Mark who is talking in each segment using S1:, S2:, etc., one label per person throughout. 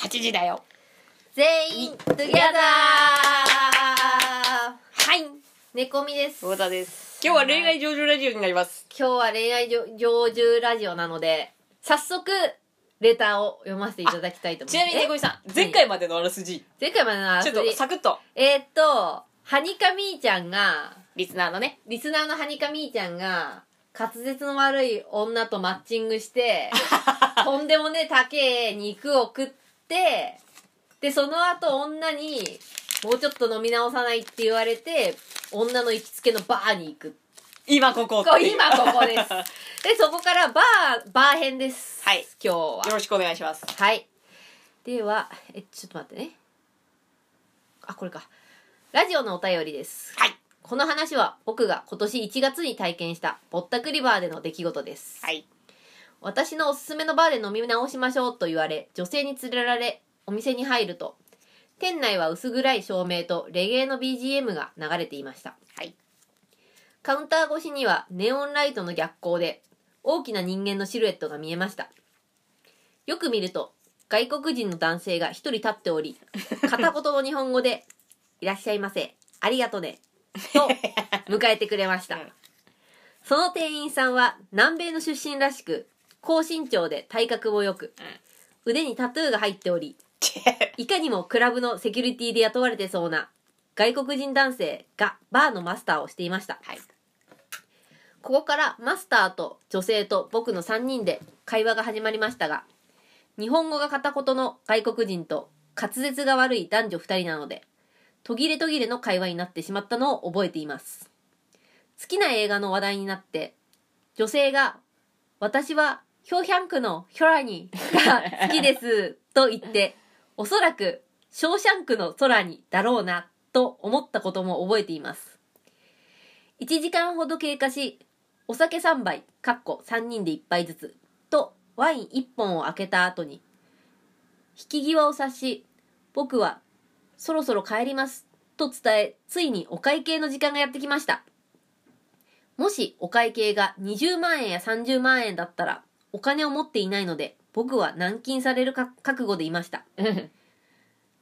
S1: 8時だよ
S2: 全員トゥギャダー
S1: はい
S2: 猫みです
S1: 太田です今日は恋愛上手ラジオになります
S2: 今日は恋愛上上手ラジオなので早速レターを読ませていただきたいと思い
S1: ち
S2: ます
S1: なみに猫
S2: え
S1: みさん前回までのあらすじ
S2: 前回までのあ
S1: ちょっとサクッと
S2: えーっとはにかみーちゃんが
S1: リスナーのね
S2: リスナーのはにかみーちゃんが滑舌の悪い女とマッチングして とんでもねえ高え肉を食ってでその後女にもうちょっと飲み直さないって言われて女の行きつけのバーに行く
S1: 今ここって
S2: こう
S1: いう
S2: 今ここです でそこからバーバー編です
S1: はい
S2: 今日
S1: よ
S2: は
S1: ろしくお願いします
S2: はいではえちょっと待ってねあこれかラジオのお便りです
S1: はい
S2: この話は僕が今年1月に体験したぼったくりバーでの出来事です、
S1: はい
S2: 私のおすすめのバーで飲み直しましょうと言われ女性に連れられお店に入ると店内は薄暗い照明とレゲエの BGM が流れていました
S1: はい
S2: カウンター越しにはネオンライトの逆光で大きな人間のシルエットが見えましたよく見ると外国人の男性が一人立っており片言の日本語で「いらっしゃいませありがとね」と迎えてくれました
S1: うん
S2: その店員さんは南米の出身らしく高身長で体格も良く腕にタトゥーが入っておりいかにもクラブのセキュリティで雇われてそうな外国人男性がバーのマスターをしていました
S1: はい
S2: ここからマスターと女性と僕の3人で会話が始まりましたが、日本語が片言の外国人と滑舌が悪い男女2人なので、途切れ途切れの会話になってしまったのを覚えています。好きな映画の話題になって、女性が、私はヒョヒャンクのヒョラニが好きですと言って、おそらくショーシャンクの空にだろうなと思ったことも覚えています。1時間ほど経過し、お酒3杯、かっこ3人で1杯ずつ、とワイン1本を開けた後に、引き際を察し、僕は、そろそろ帰ります、と伝え、ついにお会計の時間がやってきました。もしお会計が20万円や30万円だったら、お金を持っていないので、僕は軟禁されるか覚悟でいました。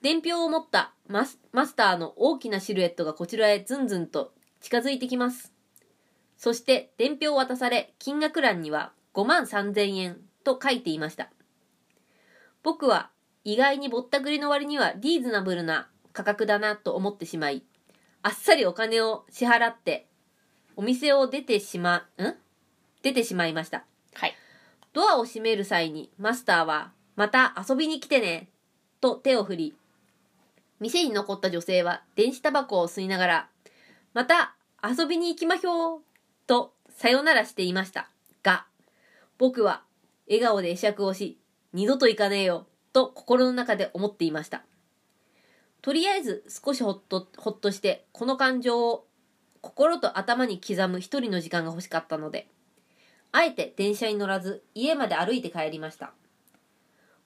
S2: 伝票を持ったマスマスターの大きなシルエットがこちらへずんずんと近づいてきます。そして伝票を渡され、金額欄には5万3000円と書いていました。僕は意外にぼったくりの割にはリーズナブルな価格だなと思ってしまい、あっさりお金を支払って、お店を出てしま、ん出てしまいました。
S1: はい
S2: ドアを閉める際にマスターは、また遊びに来てね、と手を振り、店に残った女性は電子タバコを吸いながら、また遊びに行きましょう、とさよならしていました。が、僕は笑顔で会釈をし、二度と行かねえよ、と心の中で思っていました。とりあえず少しほっと、ほっとして、この感情を心と頭に刻む一人の時間が欲しかったので、あえて電車に乗らず家まで歩いて帰りました。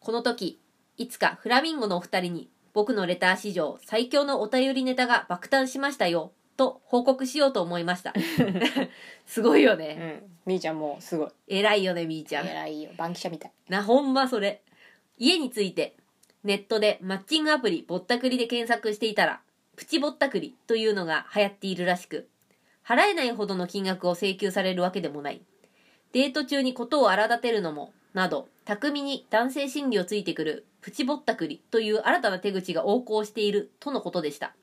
S2: この時、いつかフラミンゴのお二人に僕のレター史上最強のお便りネタが爆誕しましたよ、と報告しようと思いました。すごいよ
S1: う
S2: ね。
S1: んみーちゃんもうすごい
S2: 偉いよね、みーちゃん。
S1: 偉いよ番記者みたい
S2: な、ほんまそれ。家について、ネットでマッチングアプリぼったくりで検索していたら、プチぼったくりというのが流行っているらしく、払えないほどの金額を請求されるわけでもない。デート中にことを荒立てるのも、など、巧みに男性心理をついてくるプチぼったくりという新たな手口が横行しているとのことでした。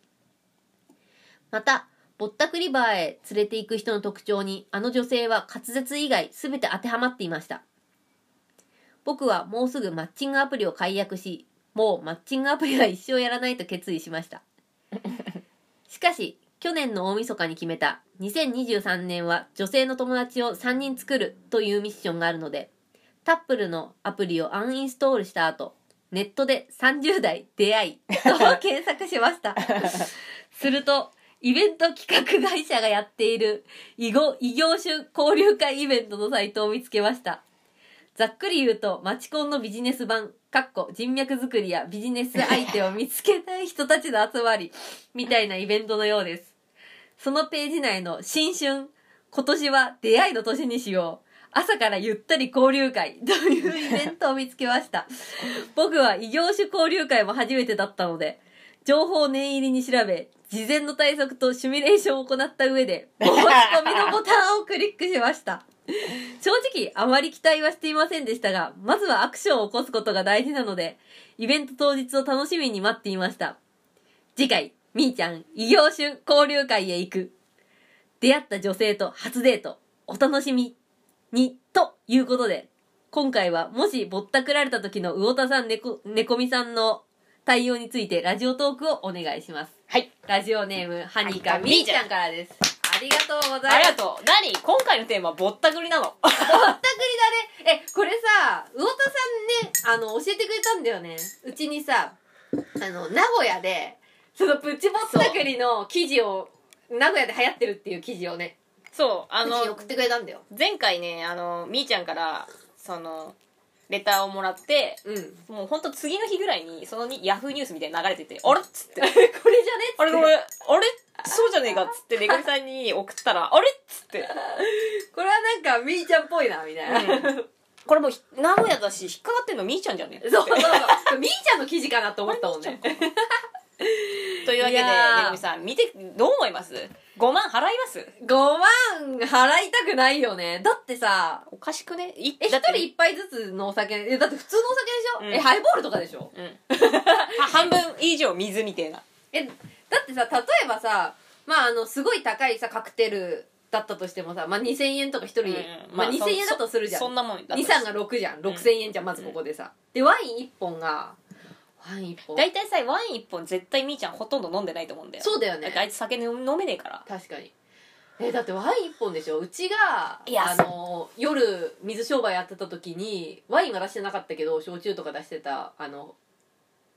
S2: また、ぼったくりバーへ連れて行く人の特徴に、あの女性は滑舌以外全て当てはまっていました。僕はもうすぐマッチングアプリを解約しもうマッチングアプリは一生やらないと決意しましたしかし去年の大晦日に決めた2023年は女性の友達を3人作るというミッションがあるのでタップルのアプリをアンインストールした後ネットで30代出会いと検索しましたするとイベント企画会社がやっている異業異業種交流会イベントのサイトを見つけましたざっくり言うと、マチコンのビジネス版、かっこ人脈作りやビジネス相手を見つけたい人たちの集まり、みたいなイベントのようです。そのページ内の新春、今年は出会いの年にしよう。朝からゆったり交流会というイベントを見つけました。僕は異業種交流会も初めてだったので、情報を念入りに調べ、事前の対策とシミュレーションを行った上で、申し込みのボタンをクリックしました。正直、あまり期待はしていませんでしたが、まずはアクションを起こすことが大事なので、イベント当日を楽しみに待っていました。次回、みーちゃん、異業種交流会へ行く。出会った女性と初デート、お楽しみに、ということで、今回はもしぼったくられた時の魚田さん、猫、猫みさんの対応についてラジオトークをお願いします。
S1: はい
S2: ラジオネーム、ハニカ
S1: ハニカ
S2: みーちゃんからです。ありがとうござ
S1: あ
S2: い
S1: り
S2: ます
S1: が。とう何今回のテーマぼったくりなの
S2: ぼったくりだね。え、これさ、魚田さんね、あの、教えてくれたんだよね。うちにさ、あの、名古屋で、そのプチぼったくりの記事を、名古屋で流行ってるっていう記事をね、
S1: そうあ
S2: うちに
S1: の
S2: 送ってくれたんだよ。
S1: 前回ねあのみーちゃんからそのレターをもらって
S2: うん。これじ
S1: もうほんと次の日ぐらいにそのにヤフーニュースみたいに流れてて「あれ?」っつって
S2: ゃね
S1: 「あれこれあれそうじゃねえか」っつって猫みさんに送った ら「あれ?」っつって
S2: これはなんか、みーちゃんっぽいな、みたいな。
S1: これもうひ名古屋だし引っかかってんのみーちゃんじゃね
S2: そうそうそう。みーちゃんの記事かなと思ったもんね。
S1: というわけで
S2: いやー
S1: 猫みさん見てどう思います5万払います
S2: 5万払いたくないよね。だってさ、
S1: おかしくねい
S2: え、一
S1: だって
S2: 人一杯ずつのお酒、え、だって普通のお
S1: う
S2: 酒でしょ、
S1: ん
S2: え、ハイボールとかでしょ
S1: うん は半分以上水みたいな
S2: え、だってさ、例えばさ、まああの、すごい高いさ、カクテルだったとしてもさ、まあ2000円とか一人、
S1: うん
S2: ま
S1: ま
S2: あ
S1: あそ
S2: 2000円だとするじゃん
S1: そ。んなもんだ
S2: 2、3が6じゃん。6000円じゃん、まずここでさ。で、ワイン1本が、ワイン1本。
S1: 大体さワイン1本絶対みーちゃんほとんど飲んでないと思うんだよ
S2: そうだよ
S1: だってあ
S2: ね。
S1: いつ酒飲めねえから
S2: 確かに。え、だってワイン1本でしょうちが、
S1: いや
S2: あの、夜、水商売やってた時に、ワインは出してなかったけど、焼酎とか出してた、あの、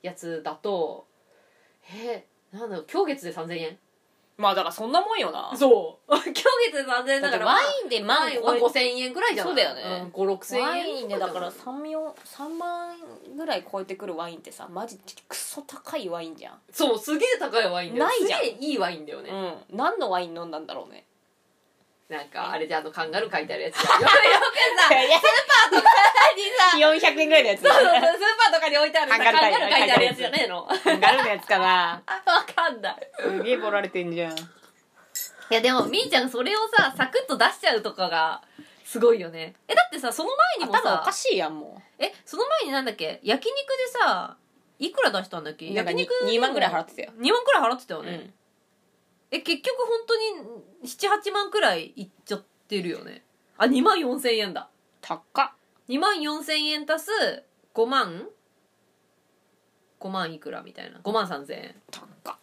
S2: やつだと、え、なんだろう、今月で3000円
S1: まあだからそんなもんよな
S2: そう。今月で3000円
S1: だか
S2: だからら、
S1: ワインで万
S2: ワインは
S1: 超
S2: 5000円ぐらいじゃな
S1: そ
S2: い
S1: うだよね
S2: ん、5、6000
S1: え
S2: 円。
S1: ワインでだから 3, よ3万ぐらい超えてくるワインってさマジクソ高いワインじゃん
S2: そう、すげえ高いワインだよ。
S1: ないじゃん
S2: すげえいいワインだよね。
S1: うん何のワイン飲んだんだろう ね
S2: なんか、あれじゃあの、カンガルー書いてあるやつ。よくよくさ、
S1: いや
S2: 何さ、
S1: 400円ぐらいの やつ
S2: そうそうそうスーパーとかに置いてあるさ、カ
S1: カ
S2: ン
S1: ンガ
S2: ガル
S1: ルー
S2: ー書いてあるやつじゃねえの。わ
S1: ガルのやつかな
S2: かんない。
S1: すげえボラれてんじゃん
S2: いや、でも、みーちゃんがそれをさ、サクッと出しちゃうとかが、すごいよね。え、だってさ、その前にも
S1: 頭お
S2: さ
S1: か、しいやんも
S2: え、その前になんだっけ焼肉でさ、いくら出したんだっけ
S1: うなんか
S2: 焼
S1: に
S2: 肉でも
S1: 2万ぐらい払ってたよ、
S2: 2万くらい払ってたよ
S1: う
S2: ね。
S1: ん、
S2: え結局本当に78万くらいいっちゃってるよねあ2万4000円だ
S1: 高っ
S2: 2万4000円足す5万5万いくらみたいな5万3000円
S1: 高っ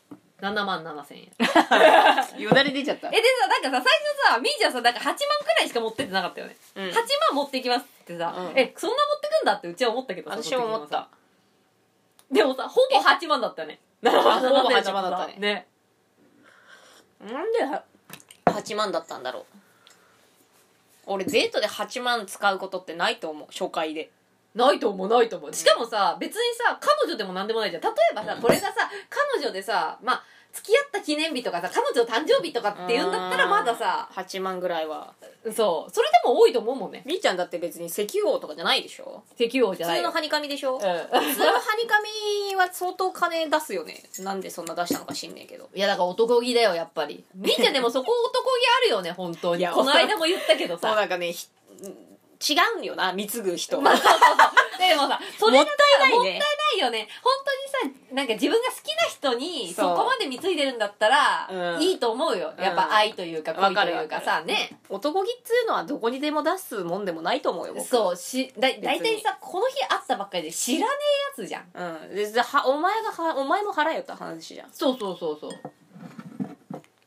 S2: 7万7000円
S1: よだれ出ちゃった
S2: えでさなんかさ最初さみーちゃんさなんか8万くらいしか持ってってなかったよね、
S1: うん
S2: 8万持ってきますってさ、
S1: うん
S2: えそんな持ってくんだってうちは思ったけどさ
S1: 私も思っ
S2: その
S1: た
S2: 時にもさでもさほぼ8万だったよね7
S1: ほぼ8万だったね
S2: ね
S1: なんでは8万だったんだろう俺デートで8万使うことってないと思う初回で
S2: ないと思うないと思うしかもさ別にさ彼女でも何でもないじゃん例えばさこれがさ彼女でさまあ付き合った記念日とかさ彼女の誕生日とかっていうんだったらまださ
S1: 8万ぐらいは
S2: そうそれでも多いと思うもんね
S1: みーちゃんだって別に石油王とかじゃないでしょ
S2: 適応じ
S1: 普
S2: ゃない
S1: 通の
S2: よ
S1: ハニカミでしょ、
S2: う
S1: 普通のハニカミは相当金出すよねなんでそんな出したのか知んねえけど
S2: んいやだから男気だよやっぱりみーちゃんでもそこ男気あるよね本当
S1: い
S2: に
S1: や
S2: この間も言ったけど
S1: そう
S2: さ
S1: なんかねひ違うんよな貢ぐ人、
S2: まあそうそうそうでもさそれ
S1: もっ
S2: がさもったた
S1: いないいね
S2: ないよね本当にさなんか自分が好きな人にそ
S1: そう
S2: こまで貢いでるんだったら、
S1: うん
S2: いいと思うよやっ
S1: う
S2: ぱ
S1: ん
S2: 愛というか恋というか
S1: わかるわ
S2: さね
S1: 男気っつうのはどこにでも出すもんでもないと思うよ僕
S2: そうしだ
S1: に
S2: 大体さこの日会ったばっかりで知らねえやつじゃん
S1: うんでではお前がはお前も払えよって話じゃん
S2: そうそうそうそう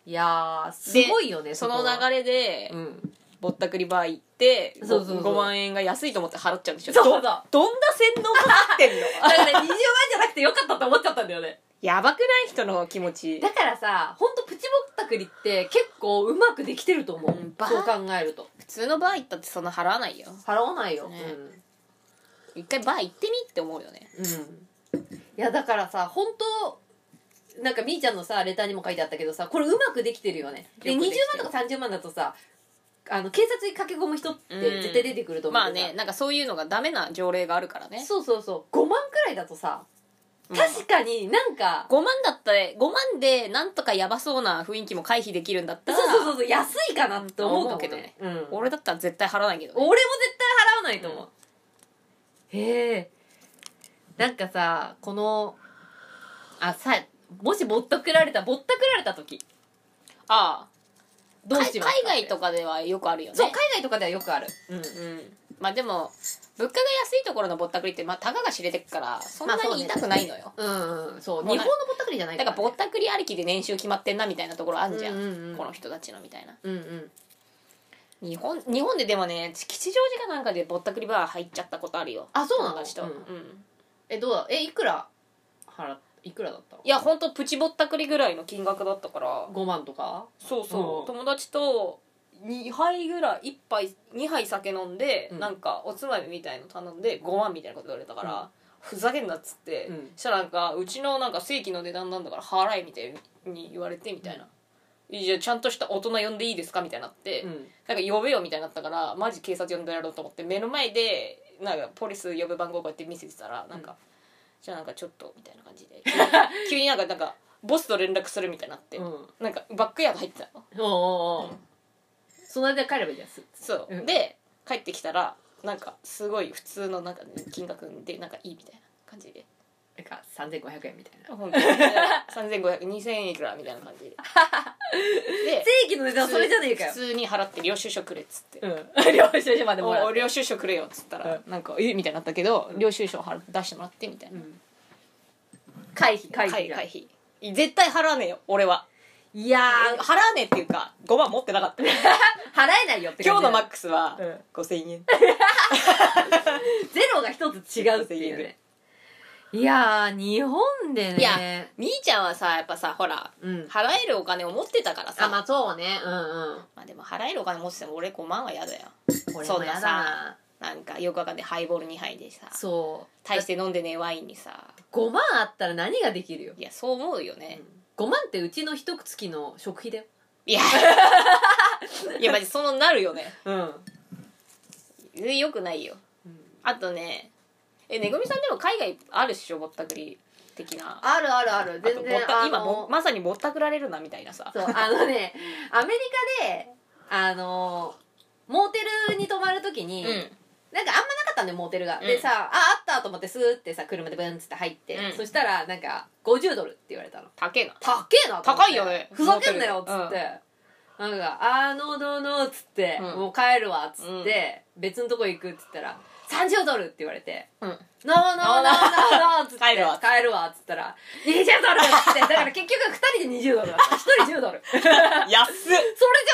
S2: いやーすごいよね
S1: その
S2: こは
S1: 流れで、
S2: うん
S1: ぼったくりバー行って
S2: そうそうそう
S1: 5万円が安いと思って払っちゃうんでしょ
S2: そうそう
S1: どどんな洗脳かかってんの
S2: だから20万じゃなくてよかったと思っちゃったんだよね
S1: やばくない人の気持ち
S2: だからさほんとプチぼったくりって結構うまくできてると思
S1: う
S2: う、
S1: んバー
S2: そう考えると
S1: 普通のバー行ったってそんな払わないよ
S2: 払わないよ、
S1: ね一回バー行ってみって思うよね
S2: うんうんいやだからさ本当なんかみーちゃんのさレターにも書いてあったけどさこれうまくできてるよねで
S1: よくで
S2: 20
S1: きてる
S2: 万とか30万だとさあの警察に駆け込む人って絶対出てくると思う
S1: まあ
S2: けどさ
S1: ねなんかそういうのがダメな条例があるからね、
S2: そうそうそう5万くらいだとさ
S1: うん
S2: 確かになんか、
S1: 5万だったら5万でなんとかやばそうな雰囲気も回避できるんだったら
S2: そうそうそうそう安いかなって思うか
S1: 思
S2: も、ね、
S1: うけどね
S2: うん、俺
S1: 俺だったら絶対払わないけど、ね、
S2: も絶対払わないと思う、へえなんかさこのあさもしぼったくられたぼったくられた時
S1: ああ
S2: どうしますか
S1: 海海外とかではよくあるよね
S2: そう海外とかではよくある、うん、
S1: うんまあでも物価が安いところのぼったくりって、まあ、たかが知れてくからそんな
S2: まあそう
S1: に
S2: ね
S1: 痛くないのよ、
S2: うんうんそう
S1: もう
S2: 日本
S1: な
S2: のぼったくりじゃない
S1: だからぼ
S2: っ
S1: ったくりありきで年収決まってんなみたいなところあんじゃん,、
S2: うんうんうん
S1: この人たちのみたいな
S2: うんうん
S1: 日本日本ででもね吉祥寺かなんかでぼったくりバー入っちゃったことあるよ
S2: あそうなの
S1: 友達と、
S2: うん
S1: うん
S2: えどうだえいくら払っいくらだったの
S1: いやほんとプチぼったくりぐらいの金額だったから
S2: 5万とか
S1: そうそう、
S2: うん
S1: 友達と2杯ぐらい1杯2杯酒飲んで、
S2: うん
S1: なんかおつまみみたいの頼んで5万みたいなこと言われたから、
S2: うん
S1: ふざけんなっつって、
S2: うん
S1: そしたらなんかうちのなんか正規の値段なんだから払えみたいに言われてみたいな、いやちゃんとした大人呼んでいいですかみたいになって、
S2: うん
S1: なんか呼べよみたいになったからマジ警察呼んでやろうと思って目の前でなんかポリス呼ぶ番号こうやって見せてたらなんか、じゃあなんかちょっとみたいな感じで 急になんかなんかボスと連絡するみたいになって、
S2: うんおう
S1: なんかバックヤード入ってたの
S2: おうおうその間帰ればいいじゃんす
S1: そう、
S2: うん
S1: で帰ってきたらなんかすごい普通のなんか、ね、金額でなんかいいみたいな感じで
S2: なんか3500円みたいな
S1: 本当に35002000円いくらみたいな感 じでで
S2: 正規の値段それじゃねえかよ
S1: 普通に払って領収書くれっつって
S2: うん 領収書までもら
S1: お
S2: う
S1: 領収書くれよっつったら、
S2: う
S1: なんか「えみたいになったけど、領収書を払って出してもらってみたいな、
S2: 回避回
S1: 回避
S2: 避じゃん
S1: 回避絶対払わねえよ俺はい
S2: や
S1: あ
S2: ー
S1: 払わねえっていうか5万持ってなかった
S2: 払えないよって
S1: 今日
S2: 感じだ
S1: のマックスは
S2: うん
S1: 5000円、
S2: ゼロが一つ違うっていうねいやー日本でね
S1: いやみーちゃんはさやっぱさほら
S2: うん
S1: 払えるお金を持ってたからさ
S2: あまあそうねうんうん
S1: まあでも払えるお金持ってても俺5万は嫌だよ
S2: 俺
S1: そ
S2: も
S1: んな
S2: やだ
S1: さ
S2: な
S1: なんかよくわかんないハイボール2杯でさ
S2: そう
S1: 大して飲んでねえワインにさ
S2: 5万あったら何ができるよ
S1: いやそう思うよね、
S2: 5万ってうちの一月の食費だよ
S1: いや いやマジそのなるよね
S2: うん
S1: よくないよあとねえねぐみさんでも海外あるっしょぼったくり的な
S2: あるあるある
S1: あ
S2: 全
S1: とぼっ
S2: 然
S1: た
S2: あ
S1: 今ぼ
S2: の
S1: まさにぼったくられるなみたいなさ
S2: そうあのねアメリカであのモーテルに泊まるとき
S1: う
S2: に、
S1: ん
S2: なんかあんまなかったんだよモーテルが、
S1: う
S2: で
S1: ん
S2: さああったと思ってスーってさ車でブンっつって入って、
S1: うん
S2: そしたらなんか50ドルって言われたの
S1: 高えな
S2: 高えなと思って
S1: 高いよね
S2: ふざけんなよっつ
S1: モー
S2: っ
S1: テ
S2: て、なんか「あーのどの」っつって、
S1: うん
S2: もう帰るわ」っつって、別のとこ行くっつったら「30ドル」って言われて
S1: うん
S2: 「ノーノーノーノーノー」っつって
S1: 帰るわ
S2: 帰るわっつったら「20ドル」っつってだから結局2人で20ドルだった1人10ドルそれじ
S1: 安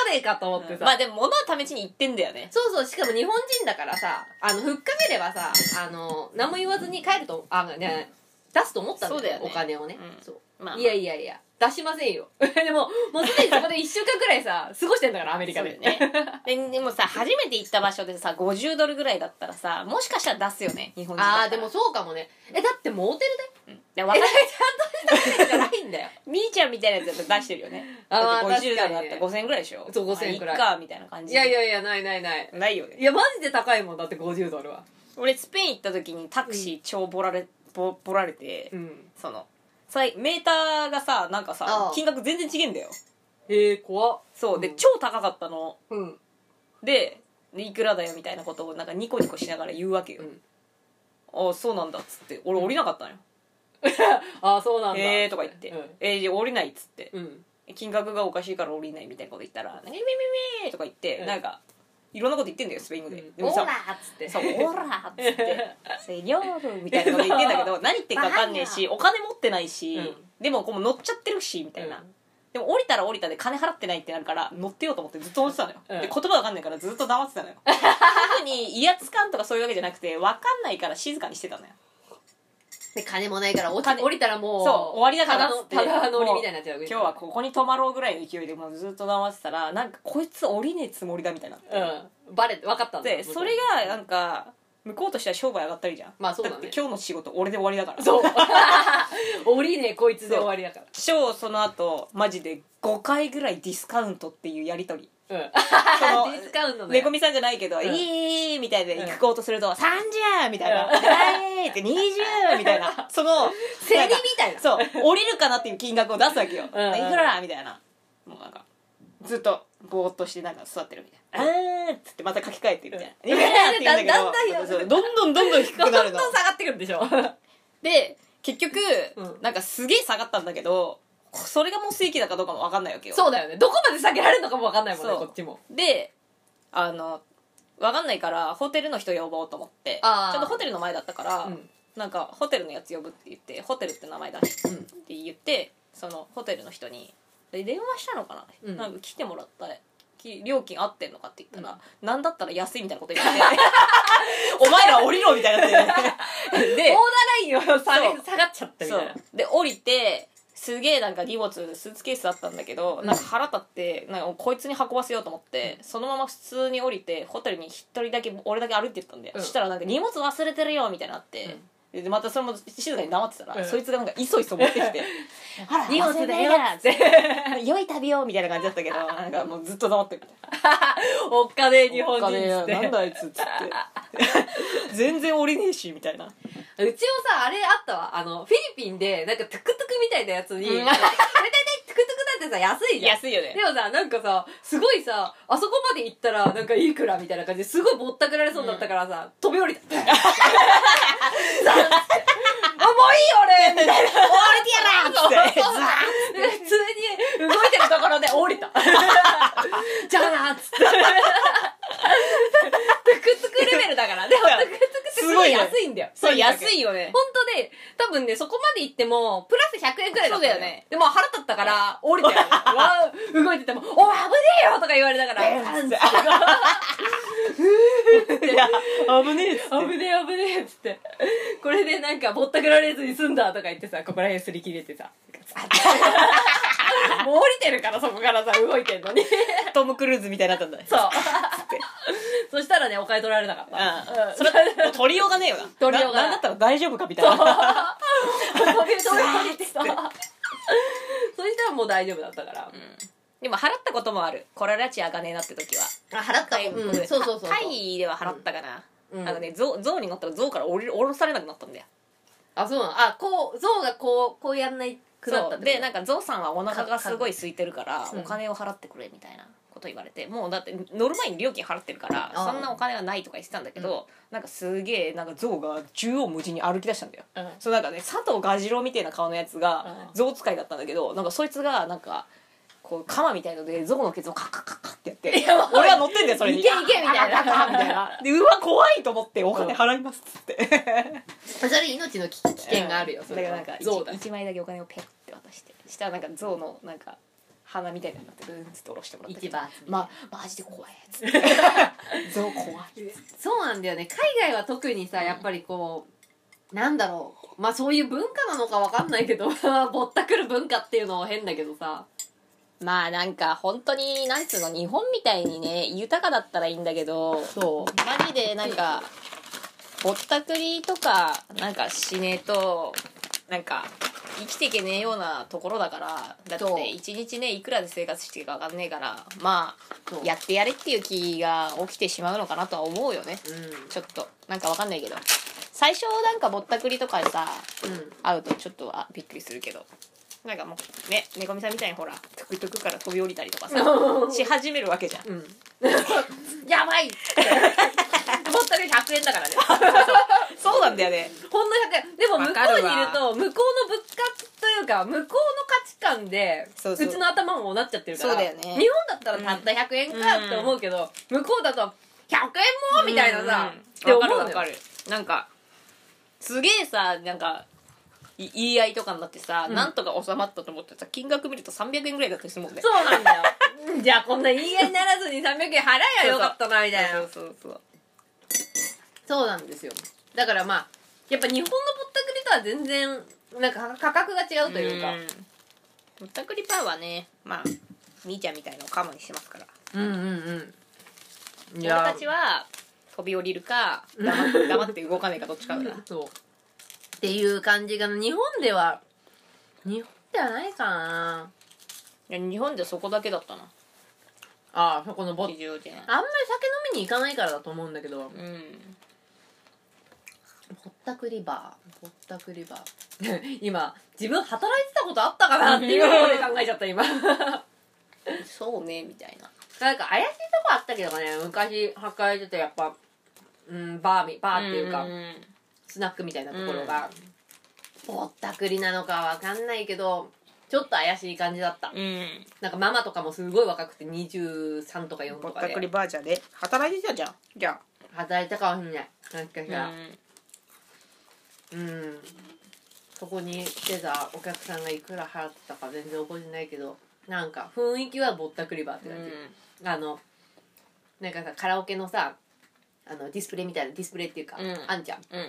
S2: ゃねえかと思ってさ、
S1: まあでも物は試しに行ってんだよね
S2: そうそうしかも日本人だからさあのふっかければさあの何も言わずに帰るとあね出すと思ったんだ
S1: そ
S2: よ
S1: うだよね
S2: お金をね、
S1: うん
S2: そう
S1: まあ
S2: いやいやいや出しませんよ でももうすでにそこで1週間くらいさ過ごしてんだからアメリカ
S1: そう
S2: で
S1: だよねででもさ初めて行った場所でさ50ドルぐらいだったらさもしかしたら出すよね日本人だったら
S2: ああでもそうかもねえだってモーテ
S1: で
S2: ル
S1: わ
S2: で
S1: か
S2: え
S1: ん
S2: だ
S1: ない
S2: からちゃんとしたわけじゃないんだよ
S1: みーちゃんみたいなやつだと出してるよね
S2: あまあ
S1: だって50ド
S2: 確かに
S1: ル
S2: ね
S1: だったら5000円ぐらいでしょ
S2: そう5000くらい
S1: まあっかみたいな感じ
S2: いやいやいやないないない
S1: ないよね
S2: いやマジで高いもんだって50ドルは
S1: 俺スペイン行った時にタクシー超ボラれ、ボボラれて、
S2: ん
S1: そのさいメーターがさなんか
S2: あ
S1: さ
S2: あ
S1: 金額全然違えんだよ
S2: えー、怖っ
S1: そうで、
S2: うん
S1: 超高かったの
S2: うん
S1: ででいくらだよみたいなことをなんかニコニコしながら言うわけよ、
S2: うん
S1: ああそうなんだっつって俺降りなかったのよ、
S2: ああそうなんだ
S1: えーとか言って、
S2: うん
S1: えーじゃあ降りないっつって、
S2: うん
S1: 金額がおかしいから降りないみたいなこと言ったら「なんかミミミミ」とか言って、
S2: うん
S1: なんかいろんなこと言ってんだよスペイン語で、
S2: うん
S1: でもさ
S2: オラーっつって
S1: そう「オラ!」っつ って「セニョール」みたいなこと言ってんだけど何言ってるか分かんねえしお金持ってないし、
S2: うん
S1: でもこう乗っちゃってるしみたいな、
S2: うん
S1: でも降りたら降りたで金払ってないってなるから乗ってようと思ってずっと乗ってたのよ、
S2: うん
S1: で言葉分かんないからずっと黙ってたの よ特に威圧感とかそういうわけじゃなくて分かんないから静かにしてたのよ
S2: で金もないから落ち
S1: 金
S2: 降りたらもう
S1: そう終わりだから
S2: ただの
S1: っつって
S2: ただ乗りみたいになっちゃう
S1: 今日はここに泊まろうぐらいの勢いでもうずっと黙ってたらなんかこいつ降りねえつもりだみたいになって、
S2: うんバレて分かったんだ
S1: でそれがなんか向こうとしては商売上がったりじゃん
S2: まあそうだね
S1: って今日の仕事俺で終わりだから
S2: そう 降りねえこいつで終わりだから
S1: 超その後マジで5回ぐらいディスカウントっていうやり取りうん
S2: ディスカウントね
S1: 猫みさんじゃないけど「
S2: ん
S1: いい」みたいで
S2: うん
S1: 行こうとすると「30!」みたいな「
S2: うん
S1: はい!」って「20!」みたい なその
S2: 競り
S1: なん
S2: み
S1: か
S2: たいな
S1: そう降りるかなっていう金額を出すわけよ「いく
S2: うんうん
S1: ら?」みたいなもうなんかずっとぼーっとしてなんか座ってるみたいな「あー」っ つってまた書き換えてみたいな「 いくら?」って言うんだ
S2: だんだん
S1: け
S2: だ
S1: ど
S2: ん
S1: そうどんどんどんどん低
S2: ど
S1: く
S2: んど
S1: なん るの
S2: 下がってくるでしょ
S1: で結局
S2: うん
S1: なんかすげえ下がったんだけどそれがもう正規だかどうかも分かんないわけよ
S2: そうだよねどこまで下げられるのかも分かんないもんね
S1: そう
S2: こっちも
S1: であの分かんないからホテルの人呼ぼうと思ってち
S2: あー
S1: ょっとホテルの前だったから、
S2: うん
S1: なんかホテルのやつ呼ぶって言ってホテルって名前だし
S2: うん
S1: って言ってそのホテルの人にで電話したのかな,、
S2: うん
S1: なんか来てもらったき料金合ってんのかって言ったら、なんだったら安いみたいなこと言って お前ら降りろみたいなって 言って
S2: ボー
S1: で
S2: ダーラインを下
S1: そ
S2: げ
S1: う
S2: 下がっちゃったみ
S1: そ
S2: た
S1: う
S2: いな
S1: で降りてすげえなんか荷物スーツケースだったんだけど、
S2: うん
S1: なんか腹立ってなんかこいつに運ばせようと思って、そのまま普通に降りてホテルに一人だけ俺だけ歩いてったんだよ、
S2: うん
S1: そしたらなんか荷物忘れてるよみたいになって、でまたそれも静かに黙ってたら、
S2: うん
S1: そいつがなんかいそいそ持ってき て「あら
S2: 荷物だよ
S1: 忘れない
S2: っつって
S1: な良い旅を」みたいな感じだ ったけどなんかもうずっと黙ってるみたいな
S2: おっかねえ日本人
S1: お
S2: っ
S1: 金
S2: つっ
S1: や
S2: て
S1: なんだあいつ」 っつって「全然降りねえし」みたいな
S2: うちもさあれあったわあのフィリピンでなんかトゥクトゥクみたいなやつに、
S1: うん
S2: 大体ねトゥクトゥクなんてさ安いじゃん
S1: いよね
S2: でもさなんかさすごいさあそこまで行ったらなんかいくらみたいな感じですごいぼったくられそうだったからさ、飛び降り たザッつってあもういい俺みたいな
S1: 降りてやらっ つってザーッ
S2: で普通に動いてるところで降りた じゃあなっつって トゥクトゥクレベルだからでもトゥクトゥクってすごい安いんだよ
S1: そう
S2: 安い
S1: 安いよね
S2: 本当で、多分ね、そこまで行っても、プラス100円くらいだったん
S1: そうだよね。
S2: でも腹立ったから、降 りたよ。わー動いてても、お前危ねえよとか言われたから、
S1: え
S2: 危ね
S1: いや危ねえっつって
S2: え危ねえっつって。これでなんか、ぼったくられずに済んだとか言ってさ、ここら辺擦り切れて さ、もう降りてるからそこからさ、動いてんのに。
S1: トム・クルーズみたいになったんだ
S2: そう。
S1: って
S2: そしたらね、お金取られなかった。
S1: うんそれはもう取りようがねえよな
S2: 取りようがな
S1: な
S2: い
S1: なんだったら大丈夫かみたいな
S2: 飛び降りて さ。そしたらもう大丈夫だったから。
S1: でも払ったこともあるコララチアがねえなって時は
S2: あ、払っうん、そうそうそうそう。
S1: タイでは払ったかな、
S2: うん
S1: なんかね象象に乗ったら象から降り降ろされなくなったんだよ
S2: あ、そうなのあ、こう、象がこう、こうやんないくなった
S1: そうでなん
S2: か、
S1: か象さんはお腹がすごい空いてるから
S2: うん
S1: お金を払ってくれみたいなこと言われてもうだって乗る前に料金払ってるから
S2: あー
S1: そんなお金はないとか言ってたんだけど、なんかすげえなんか象が縦横無尽に歩き出したんだよ
S2: うん、
S1: そうなんかね佐藤蛾次郎みたいな顔のやつが
S2: うん
S1: 象使いだったんだけどなんかそいつがなんかこう鎌みたいので象のケツをカッカッカッカッってやって俺は乗ってんだよそれに
S2: いけいけみたい
S1: あああ
S2: な
S1: ああみたいなでうわ怖いと思ってお金払いますっつって
S2: それ命の危危険があるよ、
S1: う
S2: そ
S1: んだ
S2: れ
S1: から
S2: は
S1: なんか
S2: 象だ
S1: 1, 枚だけお金をペッて渡してしたらなんか象のなんか鼻みたいになってブーンっつって下ろしてもらったけど
S2: 一番集め
S1: まマジで怖いっつ って象怖いっつって
S2: そうなんだよね海外は特にさやっぱりこうなんだろうまあそういう文化なのかわかんないけど ぼったくる文化っていうのは変だけどさ
S1: まあなんか本当になんつうの日本みたいにね豊かだったらいいんだけど
S2: そう
S1: マジでなんかぼったくりとかなんかしねえとなんか生きていけねえようなところだからだっ
S2: そう
S1: て一日ねいくらで生活していいか分かんねえからま
S2: そう
S1: あやってやれっていう気が起きてしまうのかなとは思うよね
S2: う
S1: ちょっとなんか分かんないけど最初なんかぼったくりとかさ
S2: んうん
S1: 会うとちょっとはびっくりするけどなんかもうね猫みさんみたいにほらトゥクトゥクから飛び降りたりとかさし始めるわけじゃん
S2: うん やばいって ぼったくり100円だからね
S1: そうなんだよね
S2: ほんの100円でも向こ
S1: わかるわ
S2: うにいると向こうの物価というか向こうの価値観で
S1: そうそう
S2: ちの頭もなっちゃってるから
S1: そうだよね
S2: 日本だったらたった100円
S1: うん
S2: かって思うけど、向こうだと100円もみたいなさ、って
S1: わ
S2: 思
S1: かる
S2: うの
S1: わ
S2: よ
S1: かるなんかすげえさなんかい言い合いとかになってさ、
S2: うん
S1: なんとか収まったと思ってさ金額見ると300円ぐらいだったりするもんね
S2: そうなんだよ うんじゃあこんな言い合いにならずに300円払えばよかったなみたいなそう
S1: そうそうそう
S2: なんですよだからまあやっぱ日本のぼったくりとは全然なんか価格が違うというか
S1: ぼったくりパンはねまあ兄ちゃんみたいのをカモにしてますから
S2: うんうんうんい
S1: 俺たちは飛び降りるか黙 って黙って動かないかどっちかだな
S2: そう。っていう感じが、日本では、日本ではないかな。
S1: いや日本でそこだけだったな
S2: ああそこのボ
S1: 非常時ね
S2: あんまり酒飲みに行かないからだと思うんだけど
S1: うん
S2: ぼったくりバーぼったくりバー今自分働いてたことあったかなっていう方で考えちゃった今
S1: そうねみたいな
S2: なんか怪しいとこあったけどね昔働いててやっぱうんバーみバーっていうか、
S1: ん
S2: スナックみたいなところが、ぼったくりなのかわかんないけどちょっと怪しい感じだった
S1: うん
S2: なんかママとかもすごい若くて23とか4
S1: ぼ
S2: と
S1: っ
S2: か
S1: たくり
S2: で
S1: バージャーで働いてたじゃんじゃ
S2: 働いたかもしんないなんかし
S1: あ
S2: ら、うんそこに来てたお客さんがいくら払ってたか全然覚えてないけどなんか雰囲気はぼったくりバーって
S1: う
S2: 感じ、
S1: ん
S2: あのなんかさカラオケのさあのディスプレイみたいなディスプレイっていうか、
S1: うん
S2: あんじゃん
S1: うん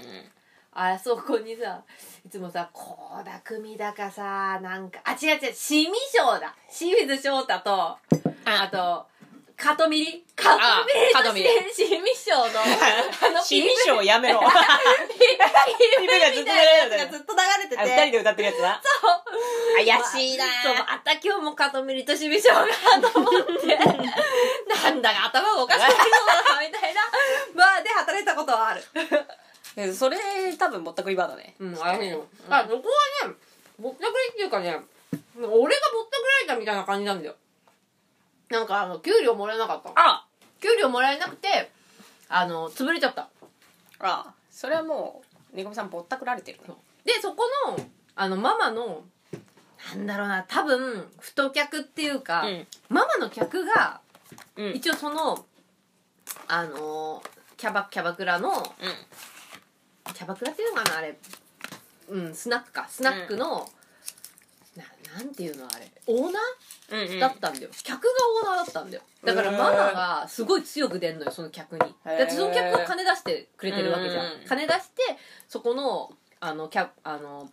S2: あそこにさいつもさ倖田來未だかさなんかあ違う違う清水翔だ清水翔太とあ
S1: あ
S2: とカトミリカ
S1: あ
S2: トミリとして清水翔のあの
S1: シ
S2: ピ
S1: ミ
S2: ン
S1: ショーや めろ
S2: ピンピン
S1: がずっと流れて
S2: み
S1: た
S2: た
S1: や
S2: い
S1: つが
S2: なやつがずっと流れて
S1: あ
S2: て
S1: 二人で歌ってるやつな怪しいな
S2: そうまた今日もカトミリと清水翔がと思ってなんだか頭がおかしくなりそうだなみたいな まあで働いたことはある
S1: でそれ多分ぼったくりバーだね
S2: うん、怪しいの。あ、そこはね、ぼったくりっていうかね、俺がぼったくられたみたいな感じなんだよ。なんか、あの、給料もらえなかった。
S1: あ
S2: 給料もらえなくて、あの、潰れちゃった。
S1: あそれはもうねこみさんぼったくられてるね
S2: で、そこの、あの、ママの、なんだろうな、多分、太客っていうか、ママの客が、
S1: うんうん
S2: 一応その、あの、キャバ、キャバクラの、キャバクラっていうのかなあれうんスナックかスナックの、ななんていうのあれオーナ
S1: うんうん
S2: ーだったんだよ、客がオーナーだったんだよだから
S1: へー
S2: ママがすごい強く出んのよその客にだ
S1: へー
S2: ってその客は金出してくれてるわけじゃん
S1: うん
S2: 金出してそこのあのキャあの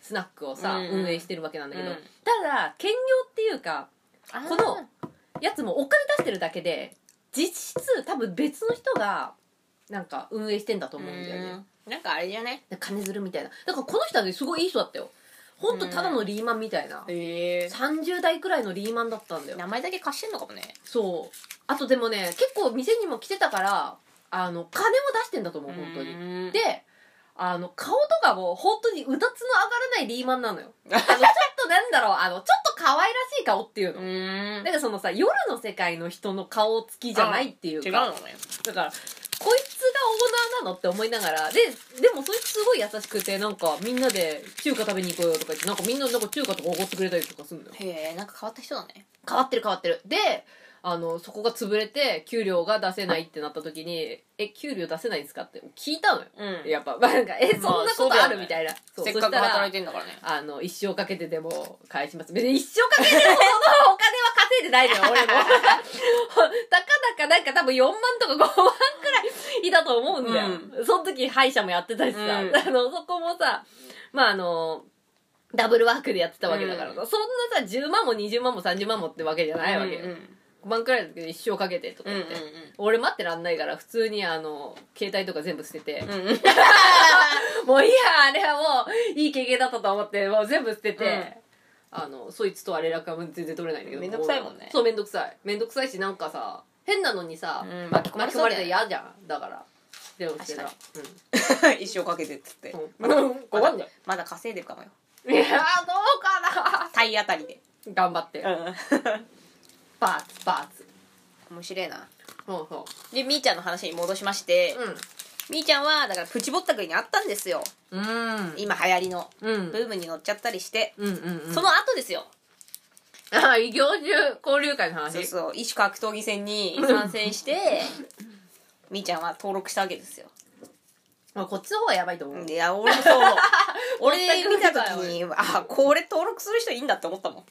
S2: スナックをさ、
S1: うん
S2: 運営してるわけなんだけど、
S1: うん
S2: ただ兼業っていうかこのやつもお金出してるだけで実質多分別の人がなんか運営してんだと思うんだよね、
S1: うんなんかあれじゃね
S2: で金づるみたいなだからこの人はねすごいいい人だったよほんとただのリーマンみたいな、
S1: え
S2: 30代くらいのリーマンだったんだよ
S1: 名前だけ貸してんのかもね
S2: そうあとでもね結構店にも来てたからあの金も出してんだと思う本当に
S1: に
S2: であの顔とかも本当にうだつの上がらないリーマンなのよあのちょっとなんだろうあのちょっと可愛らしい顔っていうの、
S1: うん
S2: なんかそのさ夜の世界の人の顔つきじゃないっていうか
S1: 違うのね
S2: だからこいつがオーナーなのって思いながらででもそいつすごい優しくてなんかみんなで中華食べに行こうよとか言ってなんかみんななんか中華とかおごってくれたりとかするのよ
S1: へえなんか変わった人だね
S2: 変わってる変わってるであのそこが潰れて給料が出せないってなった時に「え給料出せないんですか?」って聞いたのよ
S1: うん
S2: やっぱまあなんか「えそんなこ
S1: そうだ
S2: と
S1: よ
S2: あ
S1: ね
S2: る?」みたいな、そう
S1: せっ
S2: そ
S1: か
S2: し
S1: く
S2: た
S1: 働
S2: ら
S1: いてんだからね
S2: あの一生かけてでも返します別に一生かけてもそのお金は稼い でないのよ俺も たかだかなんか多分4万とか5万くらいいたと思うんだよ、その時歯医者もやってたしさ、
S1: うん
S2: あのそこもさまああのダブルワークでやってたわけだから、
S1: う
S2: そんなさ10万も20万も30万もってわけじゃないわけよ、
S1: うんうん
S2: 5万くらいだけど一生かけてとか
S1: うん
S2: 言
S1: う
S2: っ
S1: ん
S2: て、俺待ってらんないから普通にあの携帯とか全部捨てて、
S1: うんうん
S2: もういいやあれはもういい経験だったと思ってもう全部捨てて、あのそいつとは連絡が全然取れないんだけど
S1: めんどくさいもんね
S2: そうめんどくさいめんどくさいしなんかさ変なのにさ、
S1: うん
S2: 巻き込ま
S1: 巻
S2: れ
S1: き込まれ
S2: て
S1: て
S2: 嫌じゃんだからでもしてた、うん
S1: 確、 一生かけてっつって
S2: うん
S1: まだ
S2: うんごまんだよ
S1: まだ稼いでるかもよ
S2: いやーどうか
S1: 体当たりで
S2: な頑張って、バーツバーツ
S1: 面白いな
S2: そうそ
S1: でみーちゃんの話に戻しまして
S2: ううん
S1: みーちゃんはだからプチぼったくりにあったんですよ
S2: うん
S1: 今流行りの
S2: うん
S1: ブームに乗っちゃったりして
S2: うんうんうん
S1: その後ですよ
S2: ああ異業種交流会の話
S1: そうそう異種格闘技戦に参戦してみーちゃんは登録したわけですよ
S2: まあこっちの方がやばいと思う、
S1: いや俺もそう 思う俺
S2: 全く
S1: 見
S2: 見た
S1: た
S2: ことない
S1: 時にあこれ登録する人いいんだって思ったもん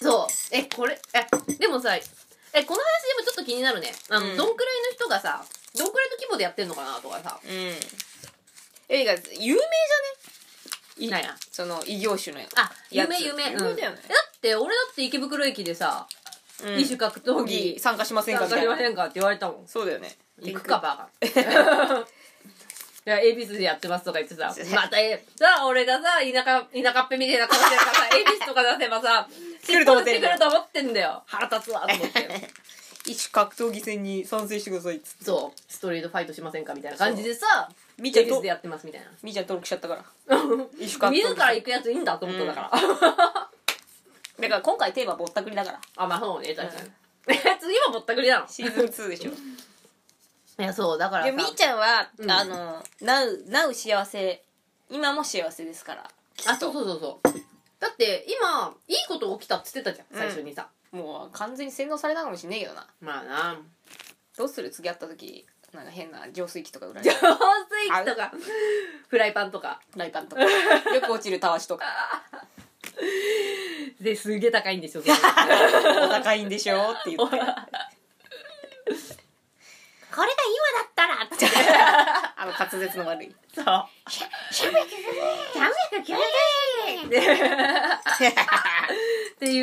S2: そう。え、これ、え、でもさ、え、この話でもちょっと気になるね。あの、
S1: うん
S2: どんくらいの人がさ、どんくらいの規模でやってんのかなとかさ。
S1: うん映画有名じゃ
S2: な
S1: ね
S2: いな。
S1: その異業種のやつ
S2: あ、
S1: やつ
S2: 夢夢。うん
S1: 有名だよね
S2: えだって、俺だって池袋駅でさ、
S1: うん
S2: 異種格闘技、
S1: 参加しませんか
S2: 参
S1: み
S2: 加
S1: た
S2: し
S1: い
S2: ま
S1: な
S2: せんかって言われたもん。
S1: そうだよね
S2: 行くかバカ。 いや、恵比寿でやってますとか言ってさ、またえ、さあ俺がさ、田舎、田舎っぺみたいな顔してるからさ、恵比寿とか出せばさ、
S1: 来ると思って
S2: 尻尾出
S1: る
S2: て くると思ってんだよ腹立つわと思って
S1: 一種格闘技戦に賛成してくださいっつって
S2: そうストリートファイトしませんかみたいな感じでさ
S1: みーちゃ
S2: テ
S1: ん
S2: レス
S1: と
S2: でやってますみたいな
S1: みーちゃん登録しちゃったから 一種格闘技
S2: 自ら行くやついいんだと思っただから、
S1: だから今回テーマぼったくりだから
S2: あまあそうね確かに、
S1: うん
S2: 次もぼったくりなの
S1: シーズン2でしょ
S2: いやそうだから
S1: で
S2: さ
S1: みーちゃんは、
S2: うん
S1: あのなうなう幸せ今も幸せですから
S2: あそうそうそうそうだって今いいこと起きたっつってたじゃん最初にさ、
S1: もう完全に洗脳されたかもしんねえけどな
S2: まあな
S1: どうする次会った時なんか変な浄水器とか売られ
S2: 浄
S1: る
S2: 水器とかフライパンとか
S1: フライパン とかよく落ちるたわしとか
S2: ですげえ高いんですよそれ
S1: お高いんでしょって言ってこれが今だったらって あの滑舌の悪 い
S2: そう300ってい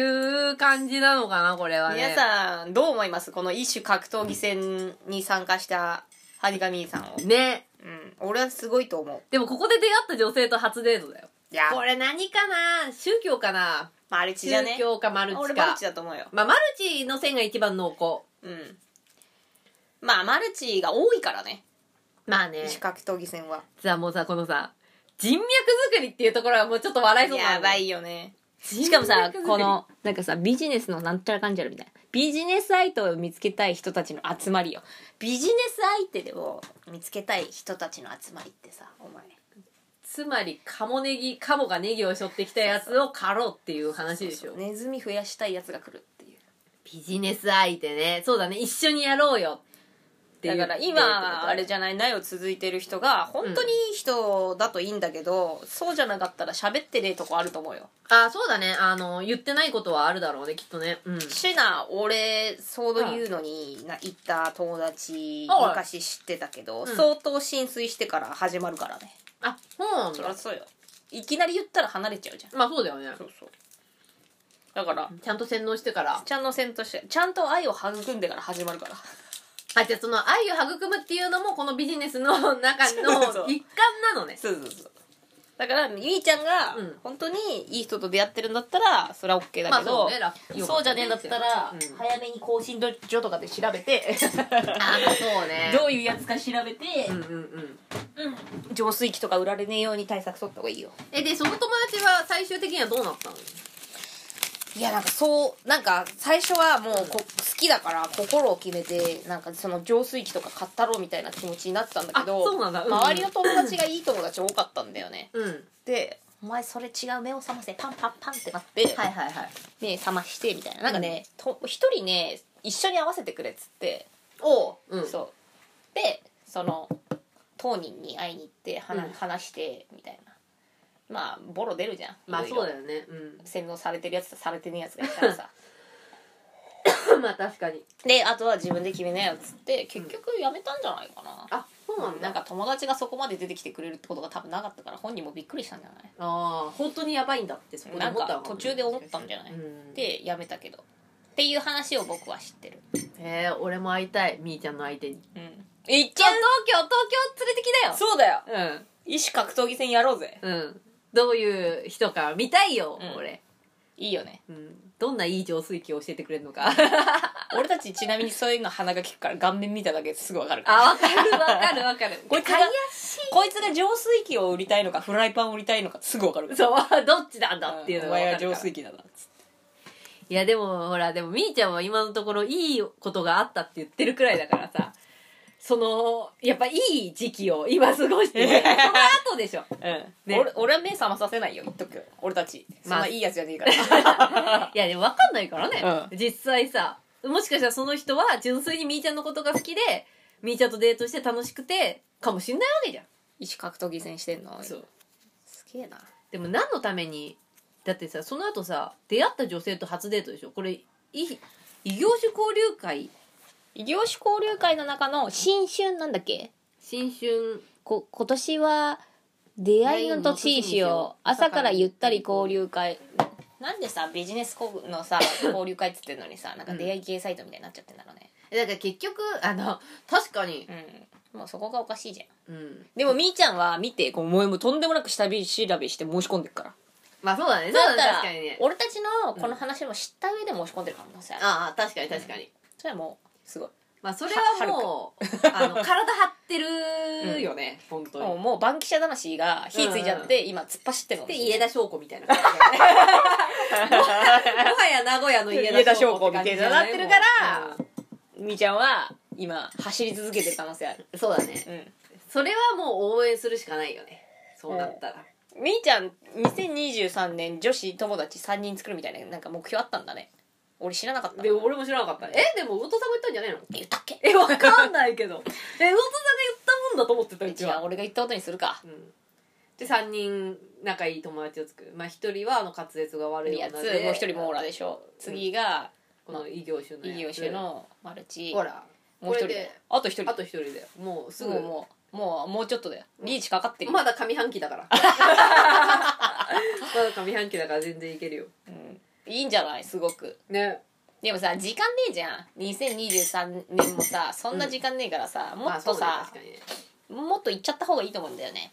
S2: う感じなのかなこれはね
S1: 皆さんどう思いますこの一種格闘技戦に参加したハニカミさんを、
S2: ね
S1: うん、俺はすごいと思う
S2: でもここで出会った女性と初デートだよ
S1: いや
S2: これ何かな宗教かな
S1: まあ、あれ血じゃ
S2: 宗
S1: ね
S2: 教かマルチか
S1: 俺マルチだと思うよ
S2: まあマルチの線が一番濃厚
S1: うんまあマルチが多いからね
S2: まあね
S1: 一種格闘技戦は
S2: さあもうさこのさ人脈作りっていうところはもうちょっと笑いそうなの
S1: やばいよね
S2: し
S1: しかもさこのなんかさビジネスのなんちゃらかんちゃらみたいなビジネス相手を見つけたい人たちの集まりよビジネス相手でも見つけたい人たちの集まりってさお前
S2: つまりカモネギカモがネギを背負ってきたやつを狩ろうっていう話でしょ
S1: ネズミ増やしたいやつが来るっていう
S2: ビジネス相手ねそうだね一緒にやろうよっていう
S1: だから今はあれじゃない「なよ」続いてる人が本当にいい人だといいんだけど、そうじゃなかったら喋ってねえとこあると思うよ
S2: あそうだねあの言ってないことはあるだろうねきっとねうん
S1: シェナ俺そういうのにな行った友達
S2: はい
S1: 昔知ってたけど、
S2: ん
S1: 相当浸水してから始まるからね
S2: あそうなん
S1: そりゃ
S2: だ
S1: そうよいきなり言ったら離れちゃうじゃん
S2: まあそうだよね
S1: そうそうだから、
S2: ちゃんと洗脳してから
S1: ちゃんの線としてちゃんと愛を育んでから始まるから
S2: あじゃあその愛を育むっていうのもこのビジネスの中
S1: そうそ
S2: の
S1: う
S2: 一環なのね
S1: そうそうそうだからみーちゃんが
S2: うん
S1: 本当にいい人と出会ってるんだったらそれは OK だけど、
S2: ラッキー
S1: そうじゃねえんだったら、
S2: うん
S1: 早めに更新所とかで調べ て
S2: あそうね
S1: どういうやつか調べて、
S2: うんうんうん
S1: 浄水器とか売られねえように対策取った方がいいよ
S2: えでその友達は最終的にはどうなったの
S1: いやなんかそうなんか最初はもうこ好きだから心を決めてなんかその浄水器とか買ったろうみたいな気持ちになってたんだけど
S2: あそうなんだうんうん
S1: 周りの友達がいい友達多かったんだよね
S2: うん
S1: で「お前それ違う目を覚ませパンパンパン」ってな って
S2: はいはいはい
S1: 目覚ましてみたいななんかねと一人ね一緒に合わせてくれっつって
S2: おうん
S1: そうでその当人に会いに行って話,、
S2: うん
S1: 話してみたいなまあボロ出るじゃん
S2: まあ
S1: いろい
S2: そ
S1: ろ
S2: うだよねう
S1: 洗脳されてるやつとされてねえやつがいたら さ
S2: ん まあ確かに
S1: であとは自分で決めなよっつって結局やめたんじゃないかな、
S2: あそうなんだ
S1: なんか友達がそこまで出てきてくれるってことが多分なかったから本人もびっくりしたんじゃない
S2: ああ本当にやばいんだってそこで
S1: なん
S2: 思った
S1: か
S2: の
S1: 途中で思ったんじゃない、
S2: うん
S1: でやめたけどっていう話を僕は知ってる
S2: えー、俺も会いたいみーちゃんの相手に
S1: うんいっ
S2: 東京東京連れてき
S1: そうだよ
S2: なよ
S1: 異種格闘技戦やろうぜ
S2: うんうんどういう人か見たいよ、
S1: うん
S2: 俺、
S1: いいよね
S2: うん、どんないい浄水器を教えてくれるのか
S1: 俺たちちなみにそういうの鼻が利くから顔面見ただけですぐわかるから
S2: あわかるわかるわかる
S1: こいつが
S2: 怪し
S1: こいつが浄水器を売りたいのかフライパンを売りたいのかすぐわかるか
S2: い
S1: ら
S2: そうどっちなんだっていうの
S1: お
S2: がわか
S1: 前
S2: る
S1: は
S2: から
S1: 浄水器だなっつって
S2: いやでもほらでもみーちゃんは今のところいいことがあったって言ってるくらいだからさそのやっぱいい時期を今過ごしてるその後でしょ
S1: うん、
S2: ね
S1: 俺俺は目覚まさせないよ言っとくよ俺たちそん
S2: まあ
S1: ないいやつじゃねえから
S2: いやでも分かんないからね、
S1: う
S2: 実際さもしかしたらその人は純粋にみーちゃんのことが好きでみーちゃんとデートして楽しくてかもしんないわけじゃん
S1: 一種格闘技戦してんの
S2: そう
S1: すげえな
S2: でも何のためにだってさその後さ出会った女性と初デートでしょこれい異業種交流会
S1: 異業種交流会の中の新春なんだっけ
S2: 新春
S1: こ今年は出会いの年にしよう朝からゆったり交流会なんでさビジネス交流のさ交流会っつってんのにさなんか出会い系サイトみたいになっちゃってんだろうね
S2: えだから結局あの確かに、
S1: うんもうそこがおかしいじゃん
S2: うん、
S1: でもみーちゃんは見てこうもうもうとんでもなく下調べして申し込んでるから
S2: まあそうだねそうだ
S1: だ
S2: ね
S1: ら
S2: 確かにね
S1: 俺たちのこの話も知った上で申し込んでるからなさ、
S2: ああ確かに確かに、
S1: それはもうすごい
S2: まあそれはもうあの体張ってるよね、本当に
S1: もうもう番記者魂が火ついちゃって、今突っ走ってるの
S2: で家田翔子みたいな感 じだねもはや名古屋の家田翔子って感じじ
S1: 家
S2: ゃ
S1: 田翔子みたいになってるから
S2: もう
S1: みーちゃんは今走り続けてる可能性ある
S2: うんそうだね
S1: う
S2: それはもう応援するしかないよねそうなったら、
S1: んみーちゃん2023年女子友達3人作るみたいななんか目標あったんだね俺知らなかった
S2: で俺も知らなかったえでも魚田さんが言ったんじゃないの
S1: 言ったっけ
S2: えわかんないけどえ魚田さんが言ったもんだと思ってたうち
S1: じゃあ
S2: は、
S1: 俺が言ったことにするか
S2: うん、で3人仲いい友達を作るまあ1人はあの滑舌が悪い
S1: や
S2: 女
S1: つ
S2: で
S1: もう一人モーラでしょ次が
S2: この異業種のやつ
S1: 異業種のマルチ
S2: ほら
S1: もう一
S2: こ
S1: 人
S2: れで
S1: あと一人
S2: あと1人だよもうす
S1: す
S2: ぐ
S1: ぐもうもうもうちょっとだよリーチかかってるよ、
S2: まだ上半期だから まだ上半期だから全然いけるよ
S1: うんいいんじゃないすごく
S2: ね
S1: でもさ時間ねえじゃん2023年もさそんな時間ねえからさ、も
S2: まあ
S1: っと
S2: そうだね
S1: さ、
S2: 確かにね
S1: もっと行っちゃった方がいいと思うんだよね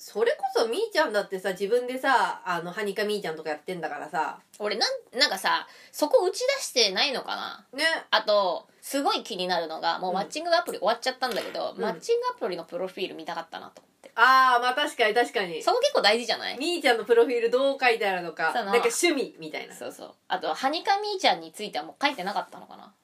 S2: それこそみーちゃんだってさ自分でさあのハニカみーちゃんとかやってんだからさ
S1: 俺なんなんかさそこ打ち出してないのかな
S2: ね
S1: あとすごい気になるのがもうマッチングアプリ終わっちゃったんだけど、
S2: うん
S1: マッチングアプリのプロフィール見たかったなと思って
S2: ああまあ確かに確かに
S1: そこ結構大事じゃない
S2: みーちゃんのプロフィールどう書いてあるのか
S1: その
S2: なんか趣味みたいな
S1: そうそうあとはにかみーちゃんについてはもう書いてなかったのかな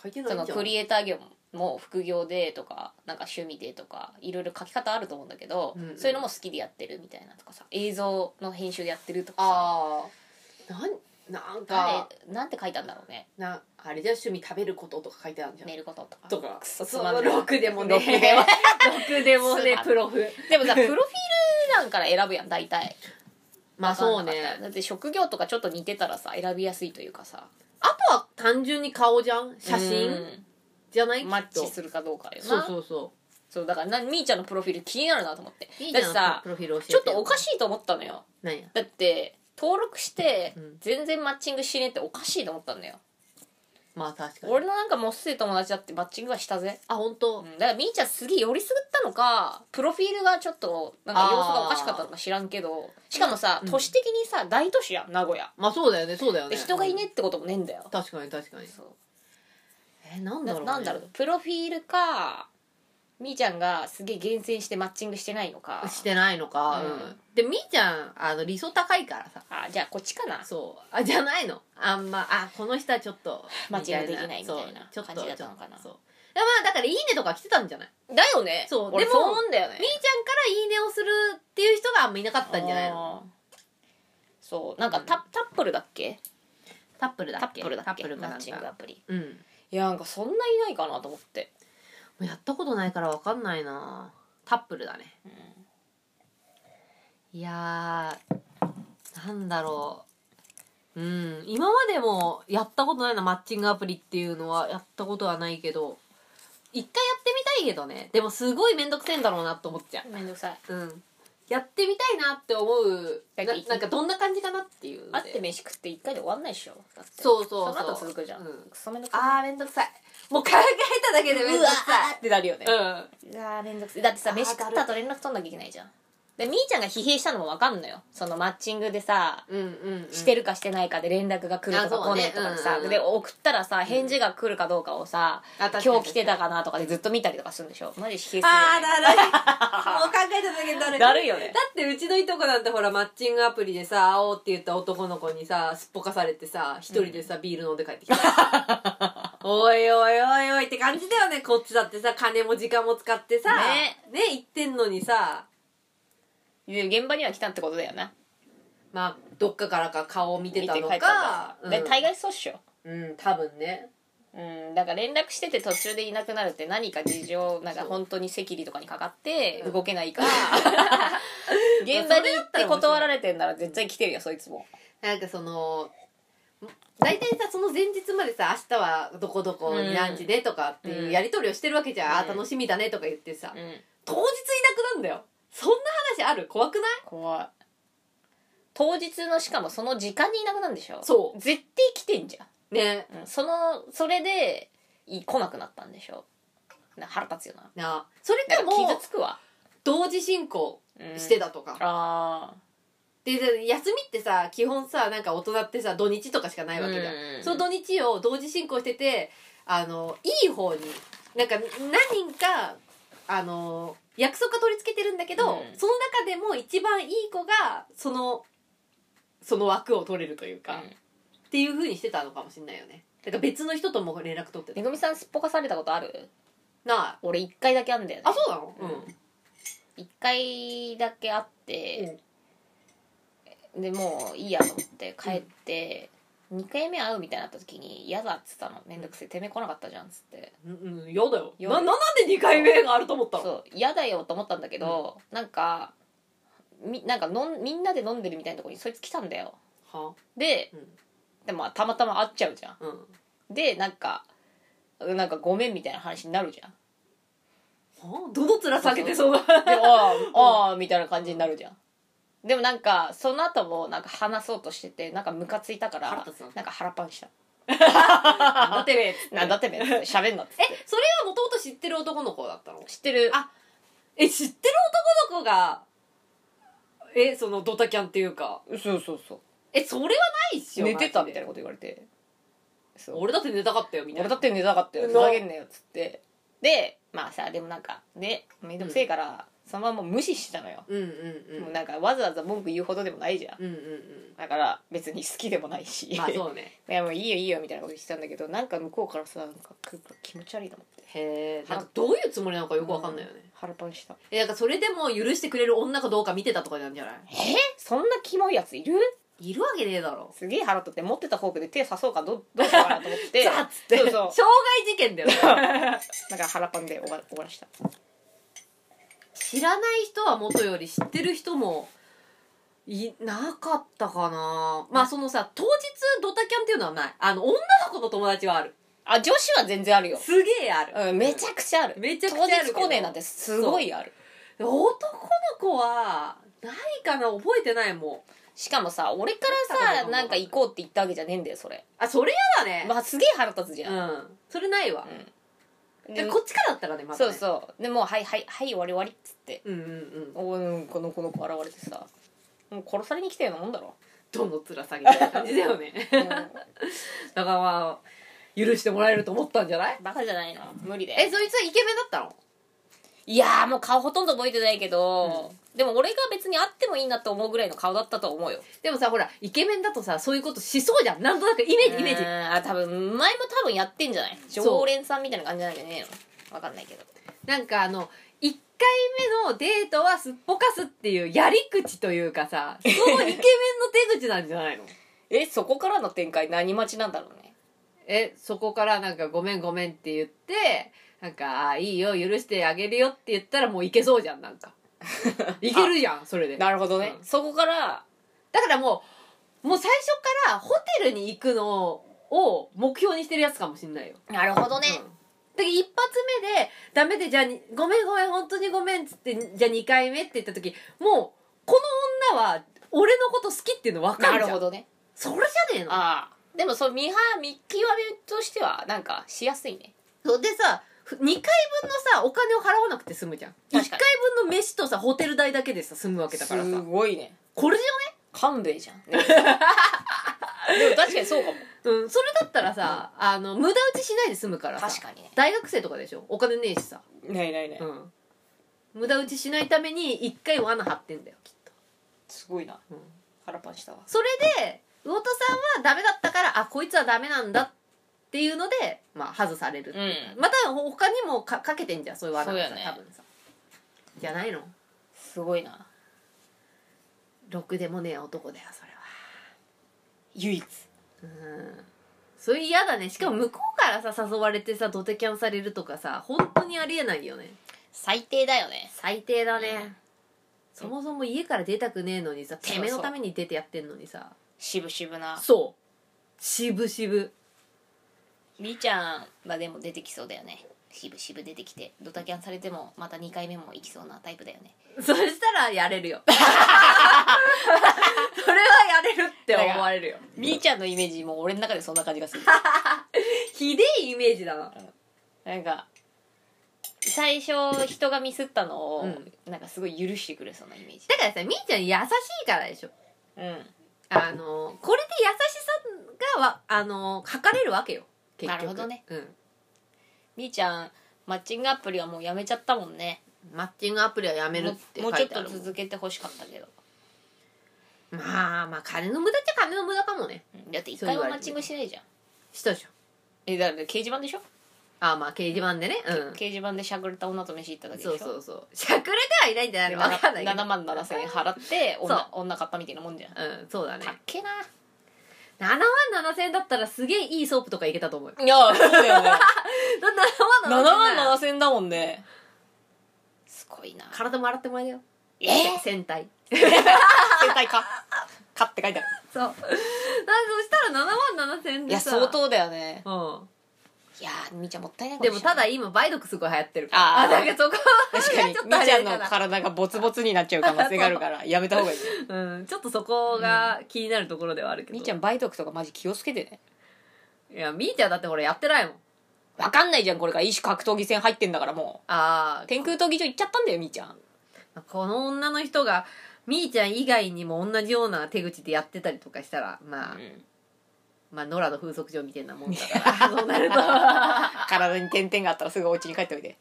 S2: 書いてない
S1: そ
S2: ん
S1: の
S2: じゃ
S1: クリエイター業も副業でとかなんか趣味でとかいろいろ書き方あると思うんだけど、
S2: うん
S1: そういうのも好きでやってるみたいなとかさ映像の編集でやってるとか
S2: ああなんなん
S1: さ
S2: か
S1: 誰なんて書いたんだろうね
S2: なあれじゃ趣味食べることとか書いてあるんじゃん
S1: 寝ることとか
S2: とか
S1: くそつまんない
S2: ろくでもね
S1: ろくで もつま
S2: ろくでも
S1: ん
S2: ね
S1: ない
S2: プロフ
S1: でもさプロフィール欄から選ぶやん大体
S2: まあそう
S1: わかんなかった
S2: ね
S1: だって職業とかちょっと似てたらさ選びやすいというかさ
S2: あとは単純に顔じゃん写真じゃな
S1: う
S2: い
S1: んマッチ
S2: る
S1: するかどうかよな
S2: そうそうそ
S1: そうだからなみーちゃんのプロフィール気になるなと思って
S2: ういいじ
S1: だっ
S2: ゃ
S1: て
S2: ん
S1: さ
S2: プロフィール教えて
S1: ちょっとおかしいと思ったのよ
S2: なんや
S1: だって登録して
S2: うん
S1: 全然マッチングしねえっておかしいと思ったんだよ、
S2: まあ確かに
S1: 俺のなんかもっせい友達だってマッチングはしたぜ、
S2: あ本
S1: う
S2: 当、
S1: ん、だからみーちゃんすげえ寄りすぐったのかプロフィールがちょっとなんか様子がおかしかったのか知らんけどしかもさ、
S2: うん
S1: 都市的にさ大都市やん名古屋
S2: まあそうだよねそうだよね
S1: で人がいねえってこともねえんだよ、
S2: 確かに確かに
S1: そう
S2: えなんだ
S1: な
S2: ろう、ね、
S1: なんだろうプロフィールかみーちゃんがすげえ厳選してマッチングしてないのか
S2: してないのか、
S1: うん
S2: うんでみーちゃんあの理想高いからさ
S1: あじゃあこっちかな
S2: そうあじゃないのあんまあこの人はちょっと
S1: マッチングできないみたいな
S2: そう
S1: 感じだったのかな
S2: ちょっとそういやまあだから「いいね」とか来てたんじゃない
S1: だよね
S2: そう
S1: 俺
S2: で
S1: そ
S2: も
S1: う思うんだよね
S2: みーちゃんから「いいね」をするっていう人があんまいなかったんじゃないの
S1: あーそうなんかタ,、タップルだっけ
S2: タップルだ
S1: タ
S2: っ
S1: ッ
S2: け
S1: プルだっけ
S2: か
S1: マ
S2: な
S1: ッ
S2: ん
S1: チングア
S2: か
S1: プリ
S2: うんも
S1: いやなんかそんないないかなと思って
S2: うやったことないから分かんないなタップルだね、いやーなんだろううん今までもやったことないなマッチングアプリっていうのはやったことはないけど一回やってみたいけどねでもすごい面倒くせえんだろうなと思っちゃう
S1: めんどくさい
S2: うん、やってみたいなって思うな
S1: だって
S2: なんかどんな感じかなっていう
S1: 会って飯食って一回で終わんないっしょだって
S2: そうそう
S1: その後
S2: そう
S1: 続くじゃん、
S2: うん
S1: クソめんどくさい
S2: あーめんどくさいもう考えただけでめんどくさ
S1: ーってなるよね
S2: い、うん、
S1: うわーめんどくさいだってさ
S2: あー
S1: 飯食った後連絡取んなきゃいけないじゃんでみーちゃんが疲弊したのもわかんのよそのマッチングでさ
S2: うんうんうん
S1: してるかしてないかで連絡が来ると
S2: あ
S1: か
S2: そ
S1: 来
S2: うね
S1: ねえとかでさ、
S2: うんうんうん
S1: で送ったらさ返事が来るかどうかをさ、
S2: あ確かに
S1: 今日来てたかなとかでずっと見たりとかするんでしょマジ疲弊するよね
S2: ああだるい もう考えただけでだるい
S1: だるいよね
S2: だってうちのいとこなんてほらマッチングアプリでさ会おうって言った男の子にさすっぽかされてさ一人でさ、ビール飲んで帰ってき たおいおいおいおいって感じだよねこっちだってさ金も時間も使ってさ
S1: ね
S2: ね行ってんのにさ
S1: で現場には来たってことだよな
S2: まあどっかからか顔を見てたの
S1: 帰った
S2: か
S1: んだで
S2: うん
S1: 大概そうっしょ
S2: うん多分 ね
S1: うんだから連絡してて途中でいなくなるって何か事情なんか本当に責理とかにかかって
S2: うん
S1: 動けないから 現場に行って断られてんなら絶対来てるよそいつも
S2: なんかその大体さその前日までさ明日はどこどこにランチでとかっていうやり取りをしてるわけじゃん、あ
S1: うん
S2: ー楽しみだねとか言ってさ、
S1: うん
S2: 当日いなくなんだよそんな話ある怖くない
S1: 怖い当日のしかもその時間にいなくなるんでしょ
S2: そう
S1: 絶対来てんじゃ
S2: ね
S1: ん、うん、そのそれでい来なくなったんでしょな腹立つよな
S2: なあそれ
S1: だ
S2: か
S1: から
S2: も
S1: 傷
S2: う
S1: つくわ、
S2: 同時進行
S1: うん
S2: してたとか、
S1: あ
S2: でで休みってさ基本さなんか大人ってさ土日とかしかないわけじゃん、その土日を同時進行しててあのいい方になんか何人かあの約束が取り付けてるんだけど、
S1: うん
S2: その中でも一番いい子がそのその枠を取れるというか、
S1: うん
S2: っていう風にしてたのかもしれないよねだから別の人とも連絡取ってた
S1: めぐみさんすっぽかされたことある
S2: なあ
S1: 俺一回だけあんだよね
S2: あそうなのうん、
S1: 一回だけあって、でもういいやと思って帰って、二回目会うみたいになった時に嫌だっつったのめんどくせえてめえ来なかったじゃんっつって
S2: うんうん、やだよ
S1: や
S2: なななんで2回目があると思ったの
S1: そう嫌だよと思ったんだけど、なんかみなんかのんみんなで飲んでるみたいなとこにそいつ来たんだよ
S2: は
S1: で
S2: うん
S1: でもまあたまたま会っちゃうじゃん
S2: うん
S1: でなんかなんかごめんみたいな話になる じゃん
S2: はどの面下げてそうな
S1: であーあーみたいな感じになるじゃんでもなんかその後もなんか話そうとしててなんかムカついたから
S2: 腹立つな
S1: なんか腹パンした
S2: なんだてめえっつって
S1: なんだってめえ喋んなっつって
S2: えそれはもともと知ってる男の子だったの
S1: 知ってる
S2: あえ知ってる男の子がえそのドタキャンっていうか
S1: そうそうそ
S2: えそれはないっし
S1: う
S2: ょ
S1: 寝てたみたいな
S2: な
S1: こと言われてそう
S2: 俺だって寝たかったよみたい
S1: 俺
S2: な
S1: だって寝たかったよ
S2: う
S1: ふ
S2: ん
S1: ざけんなよっつってでまあさでもなんかねめんどくせえから、そのまま無視してたのよ、
S2: うんうんうん
S1: もうなんかわざわざ文句言うほどでもないじゃん
S2: うんうんうん
S1: だから別に好きでもないし、
S2: まあそうね
S1: いやもういいよいいよみたいなこと言ってたんだけどなんか向こうからさなんか来るから気持ち悪いと思って
S2: へえんかどういうつもりなのかよくわかんないよね、
S1: 腹パンした
S2: えなんかそれでも許してくれる女かどうか見てたとかなんじゃない
S1: えそんなキモいやついる
S2: いるわけねえだろ
S1: すげえ腹立って持ってたフォークで手刺そうかどどうしようかなと思って
S2: ザッつっ て
S1: そう
S2: 傷害
S1: そ
S2: 事件だよね
S1: うだから腹パンで終わ終わらした
S2: 知らない人はもとより知ってる人もいなかったかなまあそのさ当日ドタキャンっていうのはないあの女の子の友達はある
S1: あ女子は全然あるよ、
S2: すげえある、
S1: うん、めちゃくちゃある
S2: めちゃくちゃあるけど
S1: 当日来ねえなんてすごいある
S2: 男の子はないかな覚えてないもん
S1: しかもさ俺か
S2: あ
S1: ら
S2: そ
S1: さ
S2: う
S1: なんか行こうって言ったわけじゃねえんだよそれ、
S2: あそれやだね、
S1: まあ、すげえ腹立つじゃん、
S2: うんそれないわ、
S1: うん
S2: で
S1: で
S2: こっちからだったらねまだ
S1: そ
S2: ね
S1: うそうでもう「はいはいはい終わり終わり」っつって
S2: うんうんうん
S1: おうんこの子の子現れてさもう殺されに来たようなもんだろ、
S2: どの面下げたいな感じだよね だからまあ許してもらえると思ったんじゃない
S1: バカじゃないな無理だよ
S2: えそいつはイケメンだったの
S1: いやーもう顔ほとんど覚えてないけど、でも俺が別に会ってもいいなと思うぐらいの顔だったと思うよ
S2: でもさほらイケメンだとさそういうことしそうじゃんなんとなくイメージイメージ
S1: うーんあ多分前も多分やってんじゃない
S2: そう
S1: 常連さんみたいな感じなんじゃねえのわかんないけど
S2: なんかあの1回目のデートはすっぽかすっていうやり口というか さそのイケメンの手口なんじゃないの
S1: えそこからの展開何待ちなんだろうね
S2: えそこからなんか「ごめんごめん」って言ってなんか「あいいよ許してあげるよ」って言ったらもういけそうじゃんなんか いけるじゃんそれでだ
S1: なるほどね、
S2: うん
S1: そこから
S2: からもうもう最初からホテルに行くのを目標にしてるやつかもしんないよ
S1: なるほどね、
S2: うんだけど一発目でダメでじゃあにごめんごめん本当にごめんっつってじゃあ2回目って言った時もうこの女は俺のこと好きっていうの分か
S1: な
S2: るじ
S1: る
S2: ゃん
S1: ほどね
S2: それじゃねえの
S1: ああでもその見は見極めとしてはなんかしやすいね
S2: そうでさ2回分のさお金を払わなくて済むじゃん1
S1: 確
S2: 回
S1: かに
S2: 分の飯とさホテル代だけでさ済むわけだからさ
S1: ごいね
S2: これじ
S1: 勘弁 じゃん、ねでも確かにそうかも
S2: ゃん、うん、それだったらさ、あの無駄打ちしないで済むから さ
S1: 確かにね
S2: 大学生とかでしょお金ねえしさ、
S1: ないないな
S2: うん、無駄打ちしないために1回罠張ってんだよきっと
S1: すごいな、
S2: うん
S1: 腹パンしたわ
S2: それで魚田さんはダメだったからあこいつはダメなんだっていうのでまあ外されるっていうか、
S1: う
S2: また他にもかかけてんじゃんそういう罠がさ
S1: そうやね
S2: 多分さじゃないの
S1: すごいな
S2: ろくでもねえ男だよそれは
S1: 唯一
S2: うんそれ嫌だねしかも向こうからさ誘われてさドテキャンされるとかさ本当にありえないよね
S1: 最低だよね
S2: 最低だね、
S1: うん
S2: そもそも家から出たくねえのにさ
S1: そう
S2: てめえのために出てやってんのにさ
S1: 渋々な
S2: そう渋々
S1: みーちゃんはでも出てきそうだよね渋々出てきてドタキャンされてもまた2回目も行きそうなタイプだよね
S2: そしたらやれるよそれはやれるって思われるよ
S1: みーちゃんのイメージもう俺の中でそんな感じが する
S2: ひでえイメージだな
S1: なんか最初人がミスったのを、
S2: うん
S1: なんかすごい許してくれそうなイメージ
S2: だからさみーちゃん優しいからでしょ
S1: うん
S2: あのこれで優しさがわあの測れるわけよ結局
S1: なるほどね、
S2: うん、
S1: みーちゃんマッチングアプリはもうやめちゃったもんね
S2: マッチングアプリはやめるって
S1: も
S2: 書
S1: うもうちょっ
S2: い
S1: て
S2: あ
S1: と
S2: るもん
S1: 続けてほしかったけど
S2: まあまあ金の無駄っちゃ金の無駄かもね
S1: うんだって一回もマッチングしないじゃん
S2: したでしょ
S1: えだって掲示板でしょ、
S2: ああまあ掲示板でねうん
S1: 掲示板でしゃくれた女と飯行っただけでしょ
S2: そうそうそうしゃくれてはいないんじゃない
S1: で
S2: の分かんないけど
S1: 7万7000円払って
S2: そう
S1: 女女買ったみたいなもんじゃん
S2: うんそうだね
S1: たっけな
S2: 7万7000円だったらすげえいいソープとかいけたと思うよ
S1: いや そうだよね
S2: だって
S1: 7
S2: 7
S1: 万
S2: 万7000円万
S1: 7000円だもんねすごいな
S2: 体も洗ってもらえるよ
S1: えー、
S2: 戦隊
S1: 生態かかって書いてある
S2: そうだってそしたら7万7000円
S1: い
S2: で
S1: や
S2: さ
S1: 相当だよね
S2: うん
S1: いやーみーちゃんもったいないか
S2: で
S1: し
S2: も
S1: れな
S2: た
S1: い
S2: だ今梅毒すごい流行ってるから
S1: あー
S2: だけどそこは
S1: 確かに
S2: ちょっ
S1: み
S2: とあ
S1: ー
S2: れ
S1: ちゃん
S2: だ
S1: の
S2: から
S1: 体がボツボツになっちゃう可能性があるからやめた方がいいよ
S2: うんちょっとそこが気になるところではあるけ ど
S1: みーちゃん梅毒とかマジ気をつけてね
S2: いやみーちゃんだってほらやってないもん
S1: わかんないじゃんこれから一種格闘技戦入ってんだからも
S2: あ
S1: う天空闘技場行っちゃったんだよみーちゃん
S2: あこの女の人がみーちゃん以外にも同じような手口でやってたりとかしたらまあ、
S1: うん
S2: まあ野良の風俗場みたいなもんだ からそうなると
S1: 体に点々があったらすぐお家に帰っておいて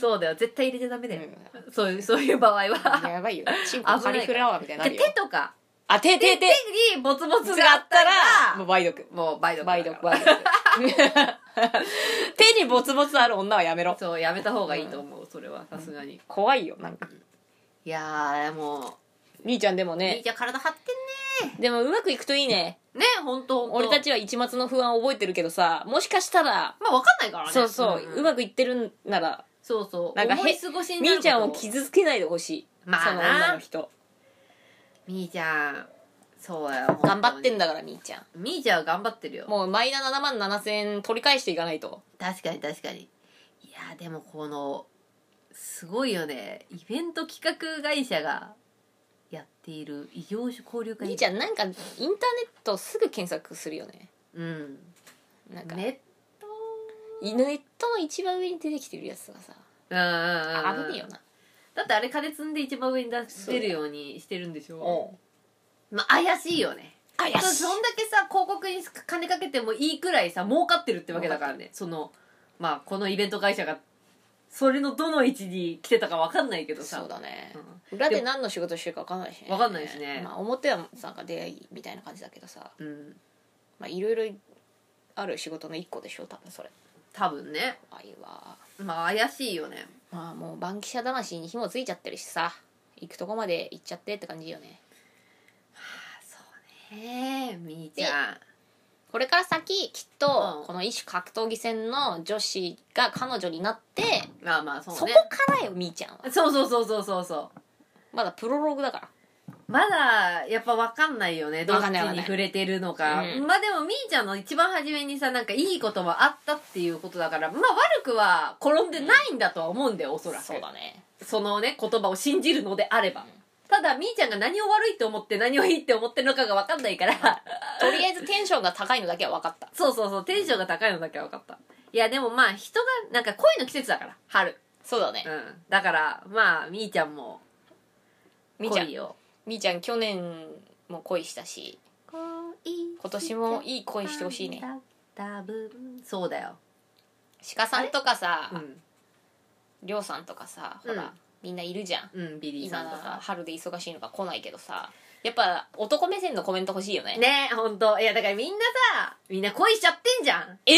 S2: そうだよ絶対入れちゃダメだよ、
S1: う
S2: そういうそういう場合は
S1: やば いよチンコカリフラワーみたいにな
S2: で
S1: るよ
S2: 手とか
S1: あ手手手
S2: 手にボツボツが
S1: が
S2: あ
S1: あ
S2: っ
S1: ったた
S2: ら
S1: らも
S2: もう
S1: う梅毒
S2: もう梅毒だから
S1: 梅毒梅毒 手にボツボツある女はやめろ
S2: そうやめた方がいいと思う、それはさすがに
S1: 怖いよなんか
S2: いやーも
S1: みーちゃんでも
S2: うみー
S1: ね
S2: ちゃん体張って
S1: でもうまくいくといいね
S2: んねね本当
S1: 俺た
S2: ち
S1: ちは一末の不安を覚えてるけどさもしかしたら
S2: まあわかんないからね
S1: そうそう、うんまくいってるんなら
S2: そうそう
S1: なんかへ
S2: 思い過ごしに
S1: み
S2: な
S1: ー
S2: ること
S1: ちゃんを傷つけないでほしい、
S2: まあ
S1: その女
S2: な
S1: の人
S2: みーちゃんそうだよ
S1: 頑張ってん
S2: だ
S1: だからみーちゃん
S2: みーちゃんは頑張ってるよ
S1: もうマイナ7万7000円取り返していかないと
S2: 確かに確かにいやーでもこのすごいよねイベント企画会社がやっている異業種交流会
S1: みーちゃんなんかインターネットすぐ検索するよね
S2: うん
S1: なんか、
S2: ネット
S1: ネットの一番上に出てきてるやつがさ
S2: うんうんうん
S1: 危ねえよな
S2: だってあれ金積んで一番上に出
S1: そう
S2: せ
S1: だ
S2: る
S1: よ
S2: ようにしてるんでしょ
S1: お
S2: まあ怪しいよね
S1: あ
S2: そそんだけさ広告に金かけてもいいくらいさ儲かってるってわけだからねそのまあこのイベント会社がそれのどの位置に来てたかわかんないけどさ
S1: そうだね
S2: うん、
S1: 裏で何の仕事してるか分かんないしね
S2: わかんないしね
S1: まあ、表はなんか出会いみたいな感じだけどさ
S2: うん、
S1: まあいろいろある仕事の一個でしょ多分それ
S2: 多分ね
S1: 怖いわ
S2: まあ怪しいよね
S1: まあもう番記者魂に火もついちゃってるしさ行くとこまで行っちゃってって感じよね
S2: そうねみーちゃん
S1: これから先きっ
S2: う
S1: と
S2: ん
S1: この一種格闘技戦の女子が彼女になって
S2: まあまあ
S1: そ,、
S2: そうね
S1: こからよみーちゃんは
S2: そうそうそうそうそうそ
S1: まだプロローグだから
S2: うまだやっぱわかんないよねどっ
S1: わ
S2: ち
S1: かんないわかん
S2: に
S1: ない
S2: 触れてるのか
S1: うん
S2: まあでもみーちゃんの一番初めにさなんかいいこともあったっていうことだからまあ悪くは転んでないんだとは思うんだよ、おそらく
S1: そうだね
S2: そのね言葉を信じるのであれば、ただみーちゃんが何を悪いと思って何をいいって思ってるのかが分かんないから
S1: とりあえずテンションが高いのだけは分かった
S2: そうそうそうテンションが高いのだけは分かったいやでもまあ人がなんか恋の季節だから春
S1: そうだね
S2: うんだからまあみーちゃんも
S1: みーちゃん
S2: 恋を
S1: みーちゃん去年も恋したし今
S2: 今
S1: 年もいい恋してほしいね
S2: 多分そうだよ
S1: 鹿さんとかさ
S2: うん、
S1: りょうさんとかさほ
S2: うん
S1: らみんないるじゃん
S2: うん、ビリー
S1: 今
S2: さんとか
S1: 春で忙しいのか来ないけどさやっぱ男目線のコメント欲しいよね
S2: ねえほんといやだからみんなさみんな恋しちゃってんじゃん
S1: え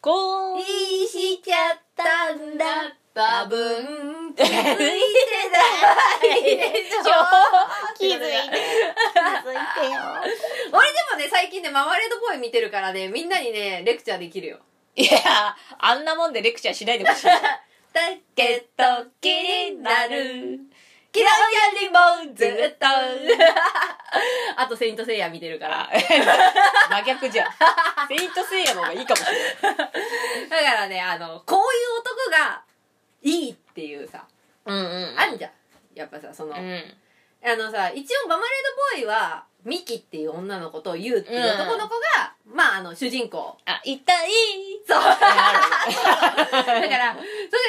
S1: こう
S2: 恋しちゃったんだ多分気づいてないでしょ
S1: 気づいて気づいてよ
S2: 俺でもね最近ねママレードボーイ見てるからねみんなにねレクチャーできるよ
S1: いやあんなもんでレクチャーしないでほしい
S2: だけど気になる嫌いよりもずっと あと「セイント・セイヤ」見てるから
S1: あ真逆じゃんセイントセイヤの方がいいかもしれない
S2: だからねあのこういう男がいいっていうさ
S1: うんうん
S2: あんじゃんやっぱさその、
S1: うん
S2: あのさ、一応ママレードボーイは、ミキっていう女の子とユウっていう男の子が、まあ、あの、主人公。
S1: あ痛い
S2: そう。だから、それで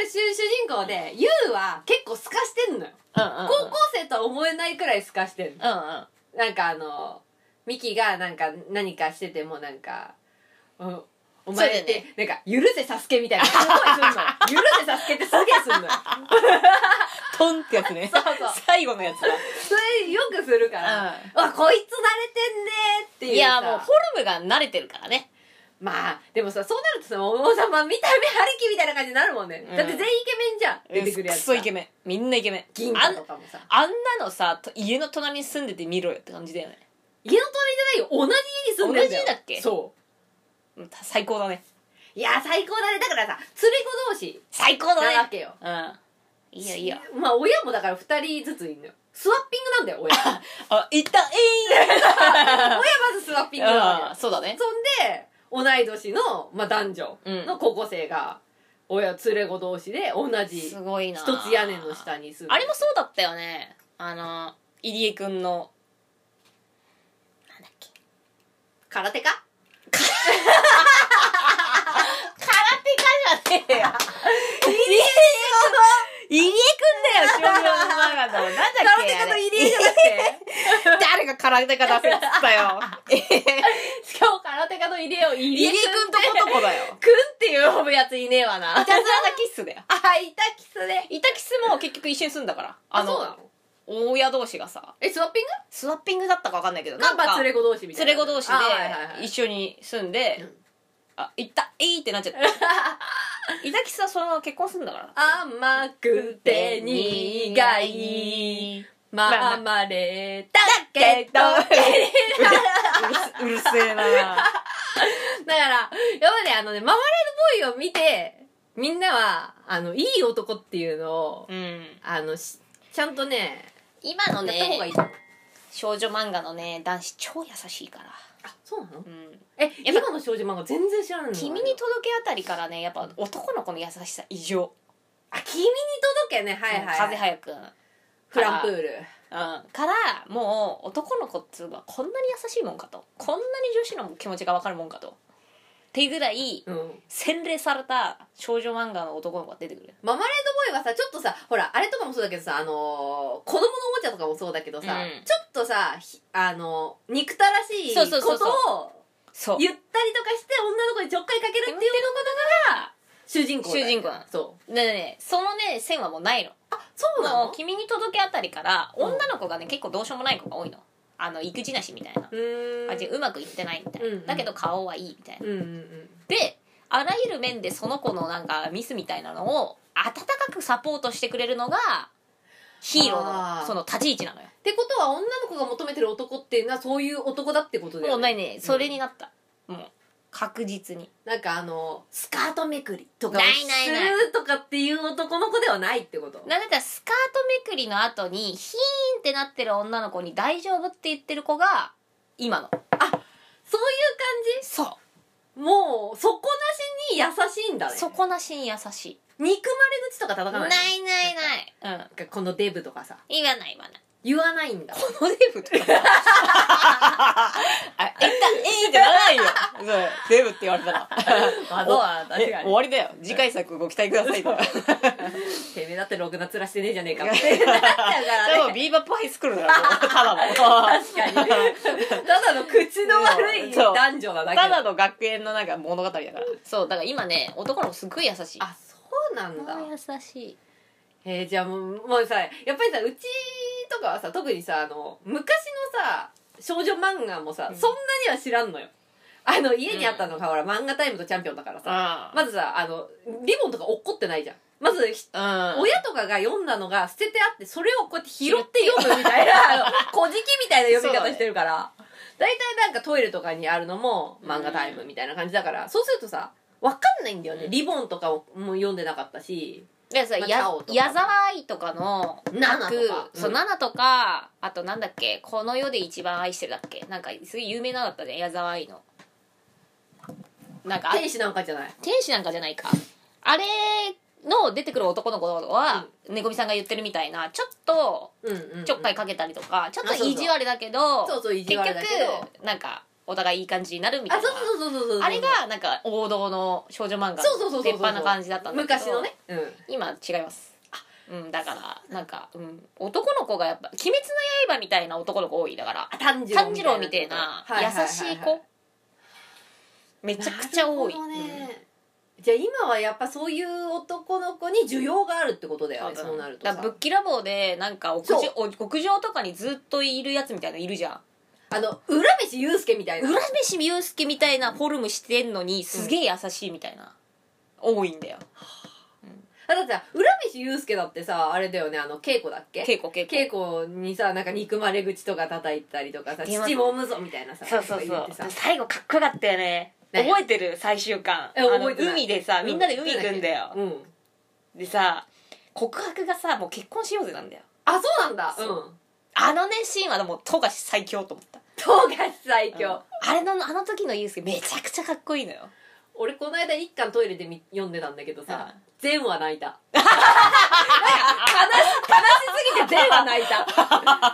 S2: 主主人公で、ユウは結構透かしてんのよ。
S1: うんうんうん
S2: 高校生とは思思えないくらい透かしてる
S1: うんうん
S2: なんかあのミキがなんか何かしててもなんか「うんお前っ
S1: そ
S2: て
S1: う、
S2: なんか「許せサスケ みたいなすごいすんの「許せサスケってすげえすんのよ
S1: トンってやつね
S2: そうそう
S1: 最後のやつ
S2: それよくするから
S1: う
S2: 「わこいつ慣れてんね」っていう
S1: い
S2: い
S1: やもうフォルムが慣れてるからね
S2: まあでもさそうなるとさ王様見た目ありきみたいな感じになるもんね、
S1: うん
S2: だって全員イケメンじゃん出てくるやつ
S1: く
S2: さ
S1: そイケメンみんなイケメン
S2: 銀
S1: あ
S2: 貨
S1: ん
S2: とかもさ
S1: あんなのさと家の隣に住んでて見ろよって感じだよね
S2: 家の隣じゃないよ同じ家に住んでるんだよ
S1: 同じだっけ
S2: そ
S1: うん最高だね
S2: ういや最高だねだからさ連れ子同士
S1: 最高
S2: な
S1: だ
S2: わ
S1: ね
S2: けよ
S1: うんいいよいいよ
S2: まあ親もだから2人ずついるのよスワッピングなんだよ親
S1: あいたえ
S2: 親まずスワッピン
S1: い
S2: グなわけ
S1: うんそうだね
S2: よそんで同い年の、まあ、男女の高校生が親連れ子同士で同じ
S1: すごいな
S2: 一つ屋根の下に住む
S1: あれもそうだったよねあの入江くんのなんだっけ
S2: 空手か
S1: 空手家じゃねえよ。 入江くん入江くんだよ、将棋の馬がなんだっけ
S2: 空手家の入江じゃなくて
S1: 誰が空手家出せっつったよ。
S2: しかも空手家の入江を 入
S1: 入江
S2: 江
S1: くんと
S2: こ
S1: ことこだよ。
S2: くんっていう呼ぶやついねえわな
S1: た
S2: い
S1: ずらなキッスだよ。
S2: あいたきすね
S1: いたキスも結局一緒に住んだから。あ
S2: そうな
S1: の、
S2: の
S1: 親同士がさ、
S2: えスワッピング
S1: スワッピングだったかわかんないけど、な
S2: なんん
S1: か、
S2: か連
S1: 連
S2: れ子同士みたいな
S1: れ子同士で
S2: あはいはいはい
S1: 一緒に住んで
S2: うん、
S1: あ、行った、えいってなっちゃ った。いたキスはそのまま結婚するんだから。
S2: 甘くて苦いままれたけどだか
S1: うるせえな
S2: らやっぱねあのねママレードボーイを見てみんなはあのいい男っていうのを
S1: うん
S2: あのしちゃんとね
S1: 今の
S2: やった方がいい
S1: ね
S2: と思う
S1: 少女漫画のね男子超優しいから、
S2: あそうなの
S1: うん、
S2: え今の少女漫画全然知らないの
S1: 君に届けあたりからねやっぱ男の子の優しさ異常
S2: あ君に届けねはいはい
S1: 風早くん
S2: フランプール
S1: うん、からもう男の子っつうのはこんなに優しいもんかとこんなに女子の気持ちが分かるもんかとっていうぐらい
S2: うん
S1: 洗礼された少女漫画の男の子が出てくる
S2: ママレードボーイはさちょっとさほらあれとかもそうだけどさあのー子供のおもちゃとかもそうだけどさ、
S1: うん
S2: ちょっとさひあのー憎たらしい
S1: そ
S2: こ
S1: うそうそうそう
S2: と
S1: そう
S2: を言ったりとかして女の子にちょっかいかけるっていうのが主人公だよ
S1: 主人公なの
S2: そう
S1: ねえねえそのね線はもうないの
S2: あそうな
S1: も
S2: の
S1: う君に届けあたりから
S2: うん
S1: 女の子がね結構どうしようもない子が多いのあの育児なしみたいな
S2: うーん
S1: 感じうまくいってないみたいな、
S2: うんうん
S1: だけど顔はいいみたいな
S2: うんうんうん
S1: であらゆる面でその子のなんかミスみたいなのを温かくサポートしてくれるのがヒーロー
S2: あ
S1: の
S2: ー
S1: その立ち位置なのよ
S2: ってことは女の子が求めてる男っていうのはそういう男だってことだ
S1: も
S2: よ
S1: う
S2: ね
S1: ないねそれになった、もう確実に
S2: なんかあのースカートめくりとかを
S1: ないないない
S2: するとかっていう男の子ではないってこと
S1: なんだったらスカートめくりの後にヒーンってなってる女の子に「大丈夫」って言ってる子が今の
S2: そういう感じ
S1: そう
S2: もう底なしに優しいんだね
S1: 底なしに優しい
S2: 憎まれ口とか叩か
S1: な
S2: ないい
S1: ないないうん
S2: なんかこのデブとかさ
S1: 言わない言わない
S2: 言わないんだ
S1: このデブとか あ一旦えいってならないよそうデブって言われたら
S2: まあそうだ確かに
S1: わりだよ次回作ご期待くださいとか
S2: てめえだってろくな面してねえじゃねえかってなっちゃうからね
S1: ビーバップハイスクール だよただの
S2: 確かにただの口の悪い
S1: そう
S2: 男女なだけ
S1: ただの学園のなんか物語だからそうだから今ね男の子すごい優しい
S2: あそうなんだ
S1: 優しい
S2: えー、じゃあもうもうさやっぱりさうちとかはさ特にさあの昔のさ少女漫画もさ、
S1: うん
S2: そんなには知らんのよあの家にあったのが、ほら漫画タイムとチャンピオンだからさ
S1: あ
S2: まずさあのリボンとか落っこってないじゃんまずひ
S1: あうん
S2: 親とかが読んだのが捨ててあってそれをこうやって拾って読むみた いなあの「古事記」みたいな読み
S1: そうだ
S2: 方
S1: ね
S2: してるから大体、なんかトイレとかにあるのも漫画タイムみたいな感じだから、そうするとさわかんないんだよね、
S1: うん
S2: リボンとかももう読んでなかったし
S1: でさ、
S2: まあ
S1: や
S2: チャオとか
S1: 矢沢愛とかの
S2: ナナとか
S1: 悪そううんナナとかあとなんだっけこの世で一番愛してるだっけなんかすごい有名なのだったね矢沢愛のなんかあ
S2: 天使なんかじゃない
S1: 天使なんかじゃないかあれの出てくる男の子は、ねこみさんが言ってるみたいなちょっと
S2: うんうん、うん、
S1: ちょっかいかけたりとか、ちょっと
S2: あそうそう
S1: 意地悪だけど
S2: そうそう意地
S1: 結
S2: 悪だけど
S1: 局なんかお互いいい感じになるみた
S2: あ
S1: いな
S2: そうそうそうそうそう
S1: あれがなんか王道の少女漫画
S2: そうそうそうそうそう
S1: 鉄板な感じだったんだけど
S2: 昔のね、うん、
S1: 今違いますうん、だからなんか、うん、男の子がやっぱ「鬼滅の刃」みたいな男の子多いだから
S2: あ炭治
S1: 炭治郎みたいな
S2: はいははは
S1: 優しい子めちゃくちゃ多い、
S2: なるほどねじゃあ今はやっぱそういう男の子に需要があるってことだよね
S1: 多分
S2: そうなると
S1: だからぶ
S2: さ
S1: っきらぼうでなんか屋
S2: そ
S1: 上屋上とかにずっといるやつみたいないるじゃん
S2: あの浦飯祐介みたいな
S1: 浦飯祐介みたいなフォルムしてんのにすげえ優しいみたいな、多いんだよ
S2: あだってさ浦飯祐介だってさあれだよねあの稽古だっけ
S1: 稽古稽
S2: 稽
S1: 古
S2: 古にさなんか憎まれ口とか叩いたりとかさ
S1: 言います
S2: 父もむぞみたいなさ
S1: そうそうそ
S2: 言っ
S1: う
S2: てさ
S1: 最後かっこよかったよね
S2: ね
S1: 覚えてる最終巻
S2: え
S1: あの
S2: 覚えてない
S1: 海でさみんなで海行くんだよ、
S2: うん
S1: でさ告白がさもう結婚しようぜなんだよ
S2: あそうなんだう
S1: そ
S2: ん
S1: うあのねシーンはでも富樫最強と思った
S2: 唐樫最強、
S1: あれのあの時のユースケめちゃくちゃかっこいいのよ
S2: 俺この間一巻トイレでみ読んでたんだけどさ
S1: うん
S2: 全話泣いた なんか悲し悲しすぎて全話泣い た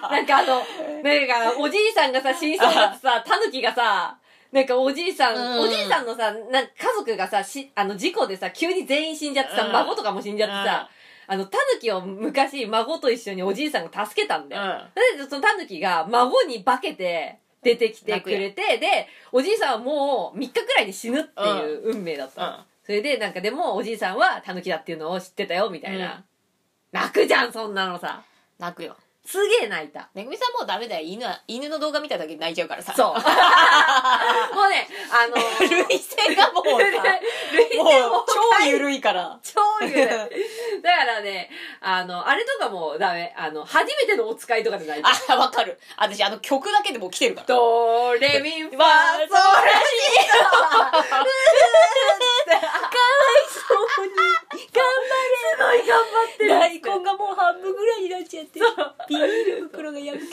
S2: なんかあのなんかおじいさんがさ死にそうだってさタヌキがさなんかおじいさん、
S1: うん
S2: おじいさんのさなんか家族がさしあの事故でさ急に全員死んじゃってさ、
S1: うん
S2: 孫とかも死んじゃってさ、あのタヌキを昔孫と一緒におじいさんが助けたんだよ、で、そのタヌキが孫に化けて出てきてくれて、で、おじいさんはもう3日くらいで死ぬっていう運命だったの、
S1: うん
S2: それで、なんかでもおじいさんはタヌキだっていうのを知ってたよ、みたいな。
S1: うん
S2: 泣くじゃん、そんなのさ。
S1: 泣くよ
S2: すげえ泣いた。
S1: めぐみさんもうダメだよ犬は犬の動画見ただけで泣いちゃうからさ
S2: そう。もうね、あの
S1: 類線がもうさ もう超緩いから
S2: 超言う だからね、あの、あれとかもダメ。あの、初めてのお使いとかで泣いた。
S1: あわかる私あの曲だけでもう来てるから
S2: ドレミファソラシド
S1: そうに
S2: すごい頑張ってる
S1: がもう半分ぐらいになっちゃってビニール袋が破けて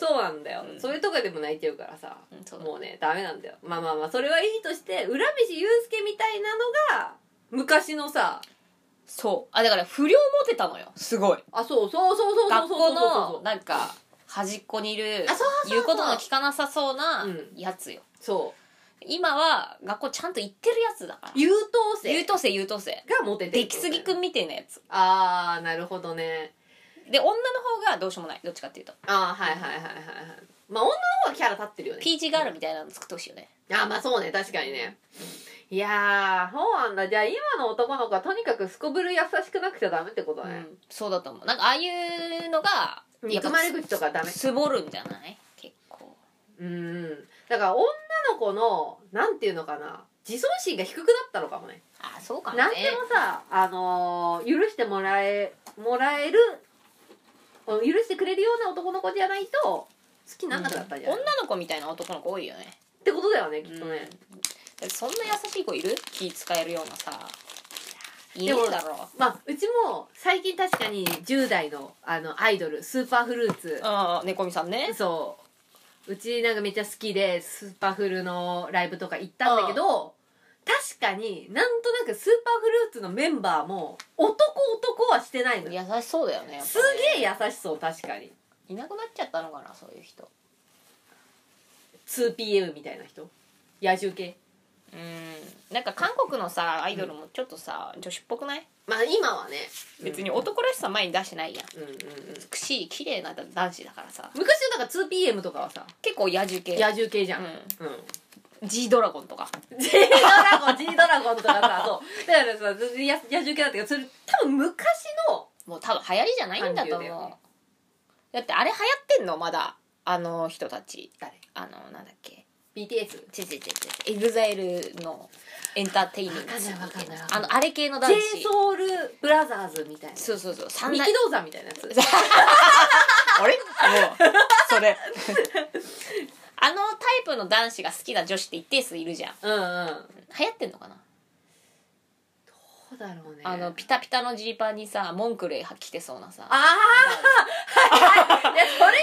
S2: そうなんだよ、
S1: うん
S2: そういうとこでも泣いてるからさ、
S1: うんそうだ
S2: もうねダメなんだよまあまあまあそれはいいとして浦飯祐介みたいなのが昔のさ
S1: そうあだから不良モテたのよすごい
S2: あそうそうそうそうそう
S1: 学
S2: そ
S1: 校
S2: うそうそ
S1: のなんか端っこにいる
S2: あそうそうそう
S1: 言うことの聞かなさそうな
S2: うん
S1: やつよ
S2: うそう
S1: 今は学校ちゃんと行ってるやつだから
S2: 優等生
S1: 優等生優等生
S2: がモテて
S1: 出来すぎくんみたいなやつ
S2: ああなるほどね
S1: で女の方がどうしようもないどっちかっていうと
S2: ああはいはいはいはいはいまあ女の方はキャラ立ってるよね
S1: ピーチガールみたいなの作ってほしいよね
S2: あまあそうね確かにねいやーそうなんだじゃあ今の男の子はとにかくすこぶる優しくなくちゃダメってこと
S1: う
S2: だね、
S1: んそうだと思うなんかああいうのがやっぱ
S2: 憎まれ口とかダメ
S1: つぼるんじゃない結構
S2: うんだから女の子のなんていうのかな自尊心が低くなったのかもね
S1: あそうかね
S2: 何でもさ、あのー許してもらえもらえるお許してくれるような男の子じゃないと好きになんなくなったんじゃない、
S1: 女の子みたいな男の子多いよね
S2: ってことだよねきっとね、
S1: うんそんな優しい子いる気使えるようなさい
S2: で
S1: る
S2: も
S1: だろ
S2: まあうちも最近確かに10代のあのアイドルスーパーフルーツ
S1: ああ猫みさんね
S2: そううちなんかめっちゃ好きでスーパーフルのライブとか行ったんだけど、確かになんとなくスーパーフルーツのメンバーも男男はしてないの
S1: 優しそうだよねやっぱね
S2: すげえ優しそう確かに
S1: いなくなっちゃったのかなそういう人
S2: 2PM みたいな人野獣系
S1: うんなんか韓国のさアイドルもちょっとさ、女子っぽくない
S2: まあ今はね
S1: 別に男らしさ前に出してないやん
S2: うんうんうん
S1: 美しい綺麗な男子だからさ
S2: 昔はだから 2PM とかはさ
S1: 結構野獣系
S2: 野獣系じゃん、
S1: う
S2: うん
S1: ん、G ドラゴンとか
S2: G ドラゴン G ドラゴンとかさそうだからさ野野獣系だったけどそれ多分昔の
S1: もう多分流行りじゃないんだと
S2: 韓流だよ
S1: 思う
S2: ね
S1: だってあれ流行ってんのまだあの人たち
S2: 誰
S1: あのなんだっけ
S2: BTS
S1: ちちちちエグザイルのエンターテイメント
S2: わかんないわかんないわか
S1: あ
S2: んない
S1: のあれ系の男
S2: j
S1: 子
S2: s o u l ブラザーズみたいな
S1: そうそうそう三
S2: 三
S1: 大
S2: 大力道山みたいなやつ
S1: あれもうそれ あのタイプの男子が好きな女子って一定数いるじゃん
S2: うんうん
S1: 流行ってんのかな、
S2: そうだろうね
S1: あのピタピタのジーパンにさモンクレー着てそうなさ
S2: ああはいはいいやそれはさ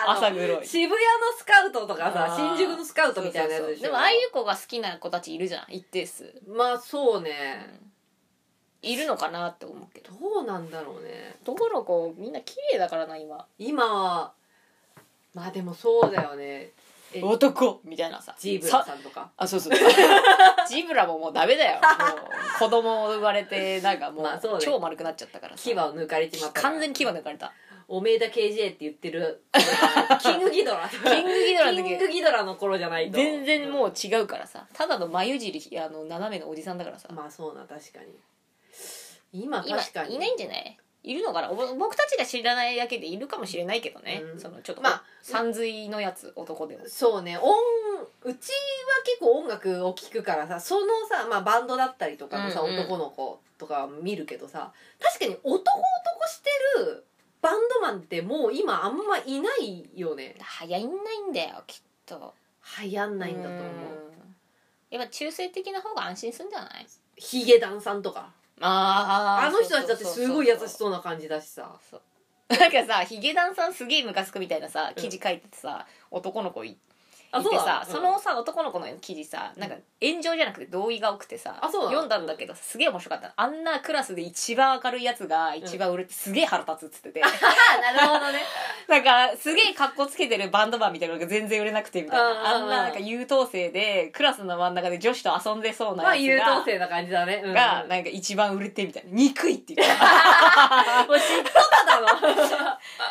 S2: あの
S1: 朝黒い
S2: 渋谷のスカウトとかさ
S1: あー
S2: 新宿のスカウトみたいなやつ
S1: そうそうそ
S2: で
S1: う
S2: しょ
S1: でもああいう子が好きな子たちいるじゃん一定数
S2: まあそうね
S1: いるのかなって思うけど
S2: どうなんだろうね
S1: 男の子みんな綺麗だからな今
S2: 今はまあでもそうだよねえ
S1: 男みたいなさ
S2: ジーブ
S1: さ
S2: ラさんとか
S1: あそう そうジブラももうダメだよもう子供生まれてなんかもう
S2: まあそうね
S1: 超丸くなっちゃったからさ
S2: 牙を抜かれちまった
S1: 完全に牙抜かれ た
S2: おめえだ KJ って言っ てるキングギドラ
S1: キングギドラの時
S2: キングギドラの頃じゃないと
S1: 全然もう違うからさただの眉尻あの斜めのおじさんだからさ、
S2: まあそうな確かに今
S1: 今
S2: 確かに
S1: いないんじゃないいるのかなおぼ僕たちが知らないだけでいるかもしれないけどね、
S2: うん
S1: そのちょっと
S2: まあ
S1: さんずいのやつ男でも
S2: そうね音うちは結構音楽を聴くからさそのさ、まあ、バンドだったりとかのさ、
S1: うんうん
S2: 男の子とか見るけどさ確かに男男してるバンドマンってもう今あんまいないよね
S1: 流行んないんだよきっと
S2: 流行んないんだと思う
S1: うんやっぱ中性的な方が安心するんじゃない
S2: ヒゲダンさんとか
S1: あ
S2: あの人たちだってすごい優しそうな感じだしさ
S1: なんかさヒゲダンさんすげえムカつくみたいなさ記事書いててさ、男の子いいて
S2: あそう
S1: さ
S2: だ
S1: そのさ男の子の記事さなんか炎上じゃなくて同意が多くてさ、
S2: あそうなの
S1: 読んだんだけどすげえ面白かったあんなクラスで一番明るいやつが一番売れてすげえ腹立つっつってて、
S2: あなるほ どね
S1: なんかすげえ格好つけてるバンドマンみたいなのが全然売れなくてみたいなあ
S2: うんうんうん
S1: んななんか優等生でクラスの真ん中で女子と遊んでそう
S2: まあ
S1: な
S2: 優
S1: やつが、
S2: 等生な感じだね、うん、
S1: が
S2: も
S1: なんか一番売れてみたいな憎いっていう か
S2: う嫉妬だだの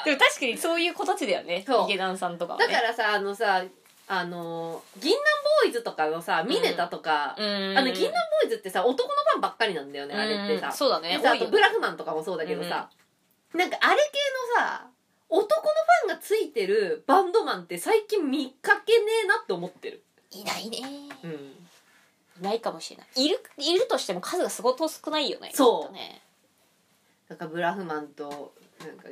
S1: でも確かにそういう子たちだよね
S2: そう
S1: ヒゲダンさんとかはね
S2: だからさあのさあの銀杏ボーイズとかのさミネタとか、
S1: うん
S2: あの銀杏ボーイズってさ男のファンばっかりなんだよねあれって
S1: うん
S2: さ
S1: そうだね
S2: でさ
S1: 多
S2: あ
S1: いよね
S2: とブラフマンとかもそうだけどさ、なんかあれ系のさ男のファンがついてるバンドマンって最近見かけねえなって思ってる、
S1: いないね
S2: うん、
S1: ないかもしれないいるいるとしても数がすごと少ないよね
S2: そう
S1: きっとね
S2: だからブラフマンとなんか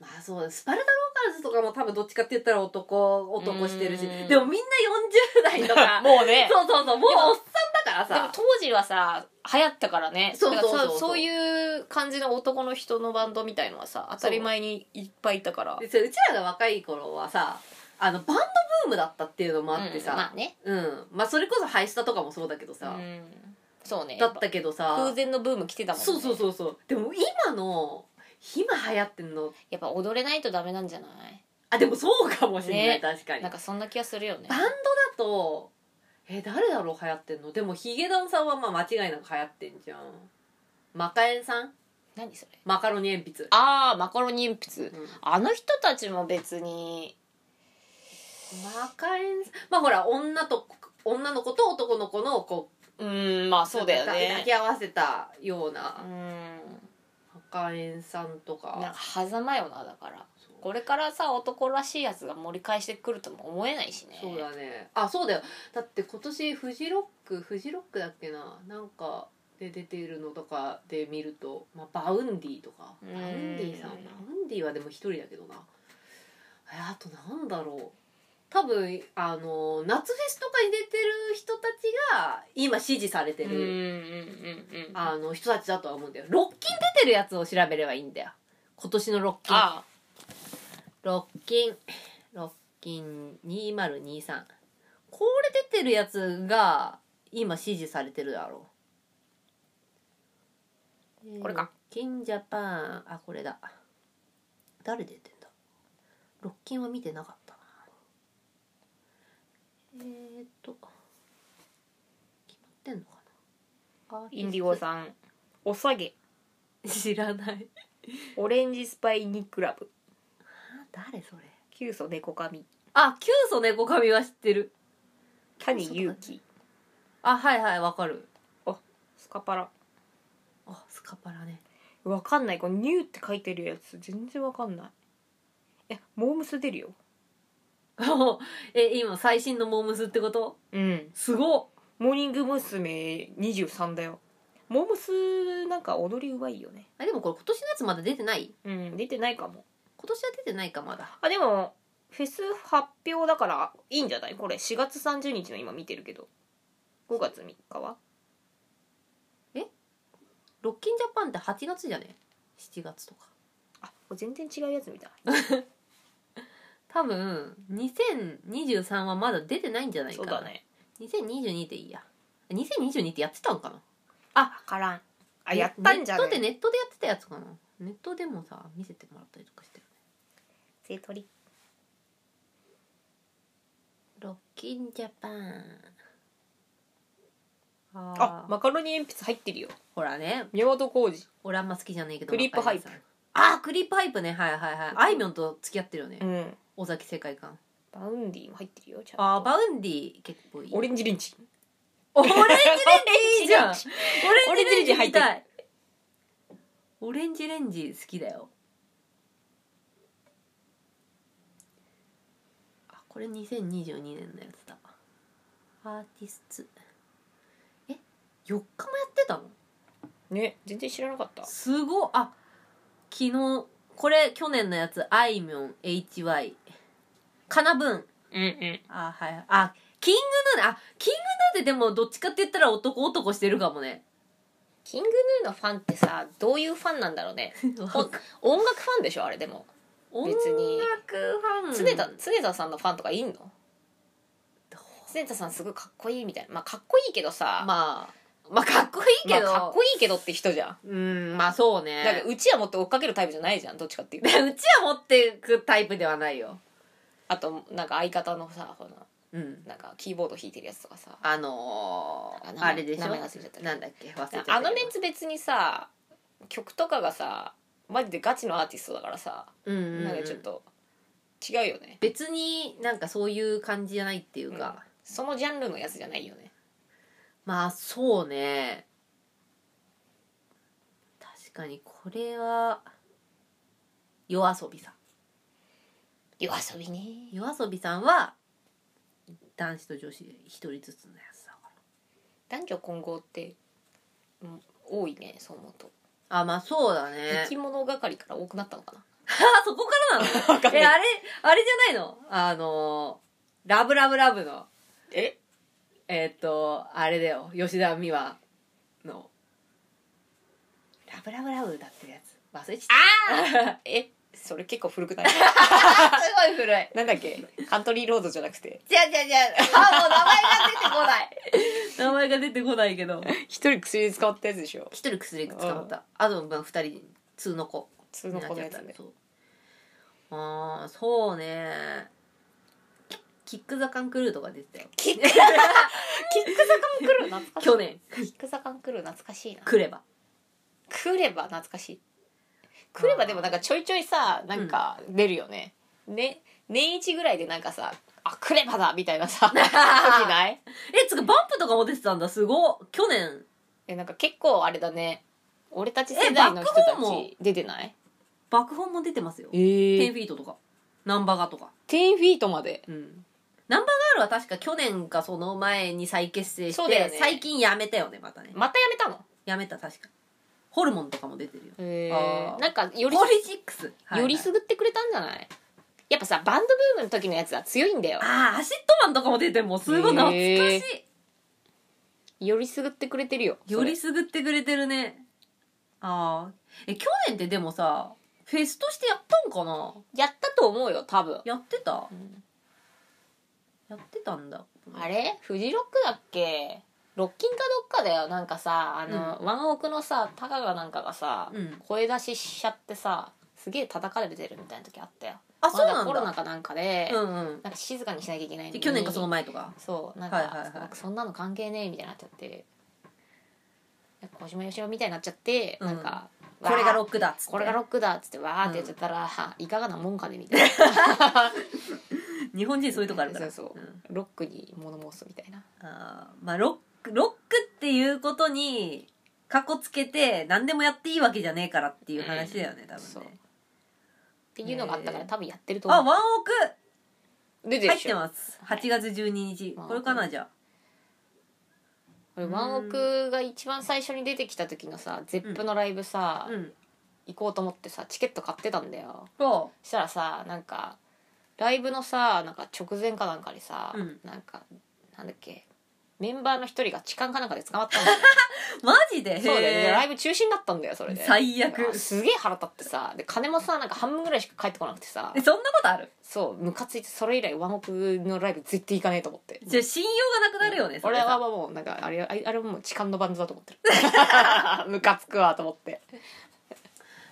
S2: まあそうだスパルタローカーズとかも多分どっちかって言ったら男男してるし
S1: うん
S2: でもみんな40代とか
S1: もう ね
S2: そうそうそうもうおっさんだから
S1: でも
S2: さ
S1: 当時はさ流行ったからね
S2: そうそうそう
S1: だからそそういう感じの男の人のバンドみたいのはさ当たり前にいっぱいいたから
S2: でそううちらが若い頃はさあのバンドブームだったっていうのもあって
S1: うん
S2: さ
S1: まあね
S2: うん、まあそれこそハイスタとかもそうだけどさ
S1: う、んそうね
S2: だったけど
S1: やっぱ
S2: さ
S1: 空前のブーム来てたもんね
S2: そうそうそうそうでも今の今流行ってんの
S1: やっぱ踊れないとダメなんじゃな
S2: あでもそうかもしれな
S1: ね
S2: い、確か
S1: い
S2: に
S1: なんかそんな気がするよね
S2: バンドだとえ誰だろう流行ってんのでもヒゲダンさんはまあ間違いなく流行ってんじゃんマカエンさん
S1: 何それ
S2: マカロニ鉛筆
S1: ああマカロニ鉛筆、
S2: うん
S1: あの人たちも別に
S2: マカエンさんまあほら女と女の子と男の子のこう
S1: うんまあそうだよ
S2: 抱
S1: ね
S2: き合わせたような
S1: うん
S2: 赤円さんとか
S1: なんか狭間よなだから
S2: そう
S1: これからさ男らしいやつが盛り返してくるとも思えないしね
S2: そうだねあそうだよだって今年フジロックフジロックだっけななんかで出てるのとかで見ると、まあ、バウンディとか
S1: うん
S2: バウンディさんバウンディはでも一人だけどなえあとなんだろう多分あの夏フェスとかに出てる人たちが今支持されて
S1: うんうん
S2: る、
S1: うんうん
S2: あの人たちだとは思うんだよロッキン出てるやつを調べればいいんだよ今年のロッキン
S1: あ
S2: ロッキン、ロッキン2023。これ出てるやつが今支持されてるだろう。
S1: これか
S2: ロッキンジャパン、あ、これだ。誰出てんだロッキンは見てなかったな。えーっと、決まってんのかな
S1: インディゴ
S2: ん。
S1: さんおさげ
S2: 知 らない。
S1: オレンジスパイニクラブ
S2: あ誰それ
S1: キュウソネコカミ
S2: あ、キュウソネコカミは知ってる。
S1: 谷祐希
S2: あ、はいはい、わかる。
S1: スカパラ
S2: あ、スカパラね。
S1: わかんないこの「ニュー」って書いてるやつ全然わかんないえモームス出るよ
S2: え、今最新のモームスってこと
S1: うん
S2: すごっ
S1: モーニング娘。23だよモームスなんか踊りうまいよね
S2: あ、でもこれ今年のやつまだ出てない
S1: うん出てないかも
S2: 今年は出てないかまだ。
S1: あでもフェス発表だからいいんじゃないこれ4月30日の今見てるけど5月3日は
S2: ロッキンジャパンって8月じゃね ?7 月とか。
S1: あこれ全然違うやつみたい
S2: 多分、2023はまだ出てないんじゃないか
S1: そう
S2: な。
S1: だ。ね
S2: 2022でいいや。2022ってやってたんかな
S1: あわからんあやったんじゃ
S2: ネットで、
S1: ね
S2: ネットでやってたやつかなネットでもさ、見せてもらったりとかしてる。
S1: 税取り
S2: ロッキンジャパンあー
S1: あマカロニ鉛筆入ってるよ
S2: ほらね
S1: 宮本浩二
S2: 俺あんま好きじゃないけど
S1: クリップハイプ
S2: 若いさんあークリップハイプねはいはいはいあいみょんと付き合ってるよね、
S1: うん
S2: 尾崎世界観
S1: バウンディも入ってるよちゃんと
S2: あーバウンディ結構いい
S1: オレンジリンチ
S2: オレンジレンジいいじゃん
S1: オレン
S2: オレンジレンジ入って
S1: オレンジレンジ入
S2: るオレンジレンジ好きだよあこれ2022年のやつだアーティストえ4日もやってたの
S1: ね全然知らなかった
S2: すごいあ昨日これ去年のやつあいみょん HY かなぶん
S1: うんうん
S2: あはいあキングヌーねあキングヌーってでもどっちかって言ったら男男してるか もね
S1: キングヌーのファンってさどういうファンなんだろうねほん音楽ファンでしょあれでも別に
S2: 音楽ファン
S1: 常田常田さんのファンとかいんの常田さんすごいかっこいいみたいなまあかっこいいけどさまあ
S2: まあまあかっこいいけど、
S1: かっこいいけどって人じゃん
S2: うんまあそうね
S1: だからうちはもっと追っかけるタイプじゃないじゃんどっちかっていう と
S2: うちは持ってくタイプではないよ
S1: あとなんか相方のさこの
S2: うん
S1: なんかキーボード弾いてるやつとかさ
S2: あの
S1: あ名
S2: ー、
S1: 前
S2: あれでしょ
S1: 名前忘れちゃった
S2: なんだっけ忘れちゃったけど
S1: あのメンツ別にさ曲とかがさマジでガチのアーティストだからさ、
S2: うんうん、
S1: なんかちょっと違うよね
S2: 別になんかそういう感じじゃないっていうか、
S1: そのジャンルのやつじゃないよね
S2: まあそうね確かにこれは夜遊びさん
S1: 夜遊びね
S2: 夜遊びさんは男子と女子で一人ずつのやつだか
S1: 男女混合って、うん多いねそう思うと
S2: らあまあそうだね
S1: 生き物係から多くなったのかな
S2: あそこからなの
S1: わかんない
S2: えあれあれじゃないのあのーラブラブラブの
S1: え
S2: えーっとあれだよ吉田美和のラブラブラブ歌ってるやつ忘れちゃっ
S1: えそれ結構古くない
S2: たあすごい古い
S1: なんだっけカントリーロードじゃなくて
S2: じゃあじゃあじゃああもう名前が出てこない名前が出てこないけど
S1: 一人薬で使ったやつでしょ
S2: 一人薬捕まったあとまあ二人通の子
S1: 普通のこのやつね
S2: そうああそうねキック・ザ・カンクルーとか出てたよ
S1: キックキックザカンクルー懐かしい
S2: 去年
S1: キックザカンクルー懐かしいな
S2: 来れば
S1: クレバ懐かしいクレバでもなんかちょいちょいさなんか出るよね、ね年一ぐらいでなんかさあクレバだみたいな さ時ない
S2: えつうかバンプとかも出てたんだすごい去年
S1: えなんか結構あれだね俺たち世代の人た
S2: えバックホーム
S1: ち出てない
S2: 爆本も出てますよ
S1: え
S2: 10
S1: ー、
S2: フィートとかナンバガとか
S1: 10フィートまで
S2: うんナンバガールは確か去年かその前に再結成し
S1: そう
S2: て、
S1: だよね
S2: 最近やめたよねまたね
S1: またやめたの
S2: やめた確かホルモンとかも出てるよ
S1: へ
S2: あー
S1: なんかより
S2: ホリシックス、はいはい
S1: よりすぐってくれたんじゃないやっぱさバンドブームの時のやつは強いんだよ
S2: ああアシットマンとかも出てるもうすごい懐かしい、
S1: へよりすぐってくれてるよ
S2: より
S1: そ
S2: すぐってくれてるねああえ去年ってでもさフェスとしてやったんかな
S1: れやったと思うよ多分、
S2: やってたやってたんだ
S1: あれフジロックだっけロッキンかどっかだよなんかさあの、ワンオクのさタカがなんかがさ、
S2: うん
S1: 声出ししちゃってさすげえ叩かれてるみたいな時あったよ
S2: あそうなんだ
S1: まコロナかなんかで、
S2: うんうん
S1: なんか静かにしなきゃいけないの
S2: で
S1: に
S2: 去年かその前とか
S1: そうなんか、
S2: はいはいはい
S1: なんかそんなの関係ねえみたいになっちゃってなんか小島よしおみたいになっちゃって、
S2: うん
S1: なんか
S2: これがロ
S1: ック
S2: ックだっつって
S1: これがロックだっつってわーってやっちゃったら、はいかがなもんかねみたいな
S2: 日本人そういうとこあるから
S1: そうそうんロックに物申すみたいな
S2: あーまあロックロックっていうことにかこつけて何でもやっていいわけじゃねえからっていう話だよね、多
S1: そう
S2: 分ね
S1: っていうのがあったから、
S2: へー
S1: 多分やってると
S2: あワ
S1: 思
S2: ン
S1: う
S2: オク
S1: 出てる
S2: 入
S1: で
S2: っ
S1: してょ
S2: ます8月12日
S1: はい
S2: これかなじゃあ
S1: 俺ワンオクが一番最初に出てきた時のさゼップのライブさ、
S2: うん
S1: 行こうと思ってさチケット買ってたんだよ
S2: そ
S1: したらさなんかライブのさなんか直前かなんかにさ、
S2: うん
S1: なんかなんだっけメンバーの一人が痴漢かなんかで捕まったんだよ
S2: うマジで
S1: そうだよね
S2: へー
S1: ライブ中止になったんだよそれで
S2: 最悪
S1: あすげえ腹立ってさで金もさなんか半分ぐらいしか返ってこなくてさ
S2: えそんなことある
S1: そうムカついてそれ以来ワンオクのライブ絶対行かねえと思 って
S2: じゃあ信用がなくなるよねそれ
S1: 俺
S2: さ
S1: はもうなんかあ れあれあれはもう痴漢のバンドだと思ってるムカつくわと思って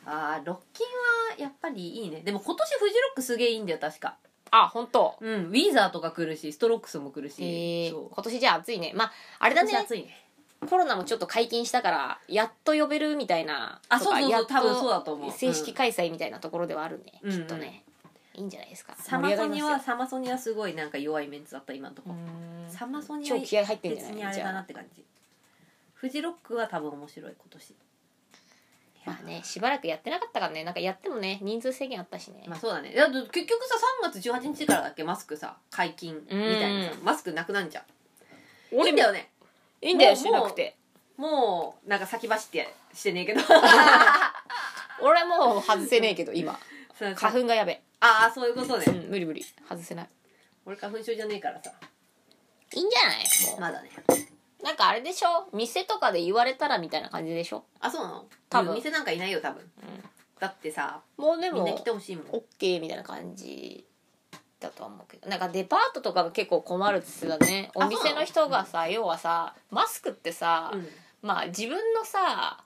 S2: あーロッキンはやっぱりいいねでも今年フジロックすげえいいんだよ確か
S1: あ本当
S2: うん、ウィザーとか来るしストロークスも来るし、
S1: え
S2: そう
S1: ー、今年じゃあ暑いねまああれだ
S2: 今年
S1: ね
S2: 暑いね
S1: コロナもちょっと解禁したからやっと呼べるみたいな
S2: あ
S1: とか
S2: そうそうそう
S1: やっと
S2: 多分そうだと思う
S1: 正式開催みたいなところではあるね、
S2: うん
S1: きっとねいいんじゃないですか
S2: サ
S1: 盛り上が
S2: マソ
S1: り
S2: ニ
S1: ま
S2: は
S1: す
S2: サマソニはすごいなんか弱いメンツだった今のとこ
S1: よ
S2: ろ、サマソニは
S1: 超気合入ってんじゃ
S2: 別に
S1: な
S2: あ
S1: い
S2: れ
S1: じ
S2: だな
S1: ゃ
S2: って感じフジロックは多分面白い今年
S1: あまあねしばらくやってなかったからねなんかやってもね人数制限あったしね、
S2: まあそうだねだって結局さ3月18日からだっけマスクさ解禁みたいなさ
S1: う
S2: マスクなくなんじゃんい
S1: 俺
S2: いんだよね
S1: いいんだよ
S2: もう
S1: しなくて
S2: もうなんか先走ってしてねえ けど
S1: 俺はもう外せねえけど今
S2: そうそう
S1: 花粉がやべ
S2: ああそういうこと
S1: う
S2: ね
S1: ん無理無理外せない
S2: 俺花粉症じゃねえからさ
S1: いいんじゃないもう、
S2: まだね
S1: なんかあれでしょ店とかで言われたらみたいな感じでしょ
S2: あそうなの
S1: 多分
S2: うん店なんかいないよ多分、だってさ
S1: もうで
S2: みん
S1: も
S2: な来てほしいもん
S1: オッケーみたいな感じだとは思うけどなんかデパートとかが結構困るっつってたね
S2: あ
S1: お店の人がさ要はさマスクってさ、
S2: うん
S1: まあ自分のさ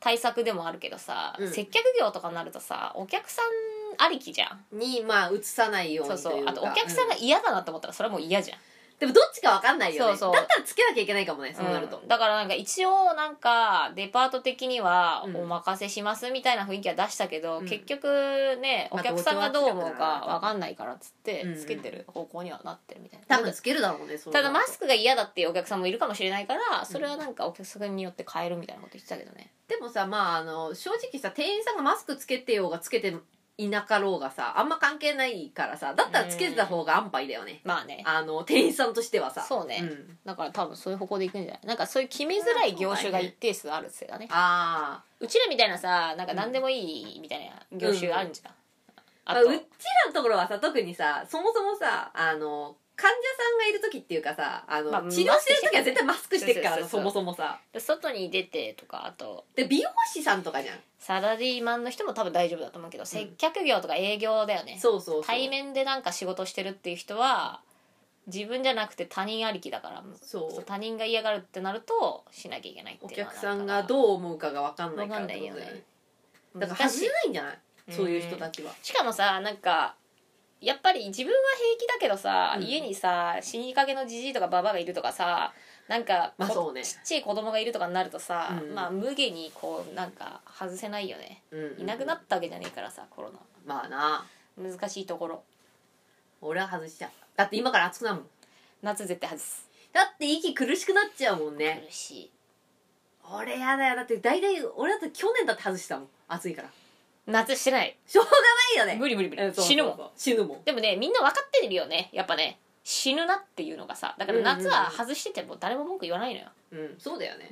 S1: 対策でもあるけどさ、
S2: うん
S1: 接客業とかになるとさお客さんありきじゃん
S2: にまあ映さないように
S1: そうそ
S2: というか
S1: あとお客さんが
S2: う
S1: 嫌だなと思ったらそれはもう嫌じゃん
S2: でもどっちかわかんないよね
S1: そうそう
S2: だったらつけなきゃいけないかもねそうなると、
S1: うんだからなんか一応なんかデパート的には
S2: うん
S1: お任せしますみたいな雰囲気は出したけど、
S2: うん
S1: 結局ねお
S2: まあ
S1: 客さんがどう思う
S2: 同調圧
S1: か
S2: 力だな
S1: 分かんないからっつって
S2: うんうん
S1: つけてる方向にはなってるみたいな、
S2: 多分つけるだろうね
S1: ただマス
S2: ク
S1: クが嫌だっていうお客さんもいるかもしれないからそれはなんかお客さんによって変えるみたいなこと言ってたけどね
S2: でもさまああの正直さ店員さんがマスクつけてようがつけていなかろうがさあんま関係ないからさだったらつけてた方が安牌だよね、
S1: まあね
S2: あの店員さんとしてはさ
S1: そうね
S2: ん
S1: だから多分そういう方向でいくんじゃないなんかそういう決めづらい業種が一定数あるっつうかね
S2: あ
S1: うちらみたいなさなんか何でもいいみたいな業種あるんじゃん、
S2: あ
S1: あ
S2: まあ
S1: と
S2: うちらのところはさ特にさそもそもさあの患者さんがいる時っていうかさあの、
S1: まあ
S2: 治療してる時は絶対マスクしてるから
S1: そ
S2: さ
S1: うそうそ
S2: そ
S1: う
S2: もそもさ
S1: で外に出てとかあと
S2: で美容師さんとかじゃん
S1: サラリーマンの人も多分大丈夫だと思うけど、接客業とか営業だよね
S2: そうそうそう
S1: 対面でなんか仕事してるっていう人は自分じゃなくて他人ありきだから
S2: そう
S1: そう他人が嫌がるってなるとしなきゃいけないっ
S2: お
S1: ていうのは
S2: 客さんが
S1: う
S2: どう思うかが分かんない
S1: 分
S2: か
S1: からん
S2: っ
S1: な
S2: て
S1: いよ
S2: ことだよ
S1: ね
S2: ねだから
S1: 難し
S2: 外
S1: い
S2: れないんじゃない
S1: うん
S2: そういう人たちは
S1: しかもさなんかやっぱり自分は平気だけどさ、
S2: うん
S1: 家にさ死にかけのじじいとかばばがいるとかさなんか、
S2: まあ
S1: こ
S2: そうね
S1: ちっちゃい子供がいるとかになるとさ、
S2: うん
S1: まあ無下にこうなんか外せないよねいなくな
S2: っ
S1: ったわけじゃねえからさコロナ
S2: まあな
S1: 難しいところ
S2: 俺は外しちゃうだって今から暑くなるもん
S1: 夏絶対外す
S2: だって息苦しくなっちゃうもんね
S1: 苦しい
S2: 俺やだよだって大体俺だって去年だって外したもん暑いから
S1: 夏してない
S2: しょうがないよね
S1: 無理無理無理、
S2: うんそうそうそう
S1: 死ぬもん
S2: 死ぬもん
S1: でもねみんな分かってるよねやっぱね死ぬなっていうのがさだから夏は外してても誰も文句言わないのよ、
S2: うんそうだよね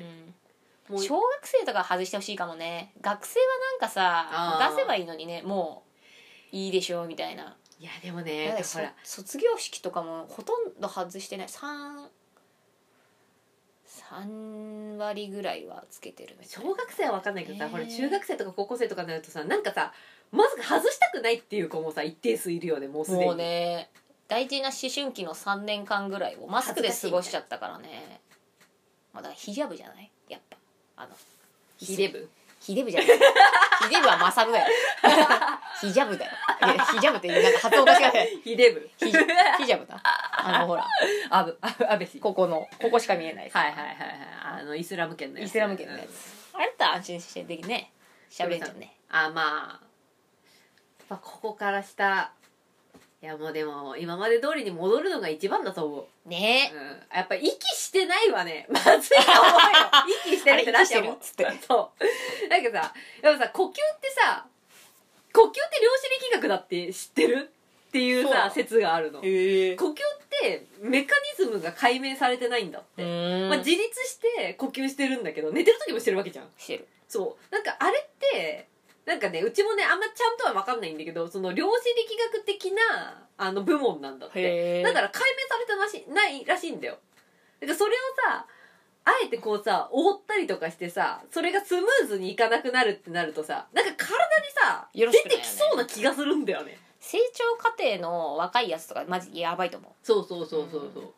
S2: もう
S1: 小学生とか外してほしいかもね学生はなんか
S2: あ
S1: さ
S2: ー
S1: 出せばいいのにねもういいでしょうみたいない
S2: やでも
S1: だ
S2: ね
S1: からそ
S2: ほら
S1: 卒業式とかもほとんど外してない3 3割ぐらいはつけてるみたいな
S2: 小学生は分かんないけどさ、
S1: ね
S2: ほら中学生とか高校生とかになるとさなんかさマスク外したくないっていう子もさ一定数いるよねもうすでに
S1: もうね大事な思春期の3年間ぐらいをマスクで過ごしちゃったからねまあだからヒジャブじゃないやっぱあの
S2: ヒデブ
S1: ヒデブじゃないヒデブはマサルだよ ヒジャブだよいやヒジャブってなんか発音が違 う
S2: ヒデブ
S1: ヒヒジャブだあのほら
S2: あぶあ安倍氏
S1: ここのここしか見えない
S2: はいはいはいはいあのイスラム圏の
S1: イスラム圏のや
S2: うん
S1: つあれだったら安心してできね喋れんじゃんね
S2: あまあまあここから下いやもうでも今まで通りに戻るのが一番だと思う、
S1: ね
S2: うん、やっぱ息してないわねま ずいと思 うよ息してるってなっちゃうもん
S1: あれ息してるっつって
S2: そうだけどさやっぱさ呼吸ってさ呼吸って量子力学だって知ってるっていう
S1: そうな
S2: さ
S1: の
S2: 説があるの呼
S1: え
S2: 吸ってメカニズムが解明されてないんだって、まあ、自立して呼吸してるんだけど寝てる時もしてるわけじゃん
S1: してる
S2: そうなんかあれってなんかねうちもねあんまちゃんとは分かんないんだけどその量子力学的なあの部門なんだって
S1: へえ
S2: だから解明されてなしないらしいんだよだからそれをさあえてこうさ覆ったりとかしてさそれがスムーズにいかなくなるってなるとさなんか体にさ、
S1: よろしく
S2: 出
S1: ないよ
S2: て
S1: ね
S2: きそうな気がするんだよね
S1: 成長過程の若いやつとかマジやばいと思う
S2: そうそうそうそうそう、
S1: い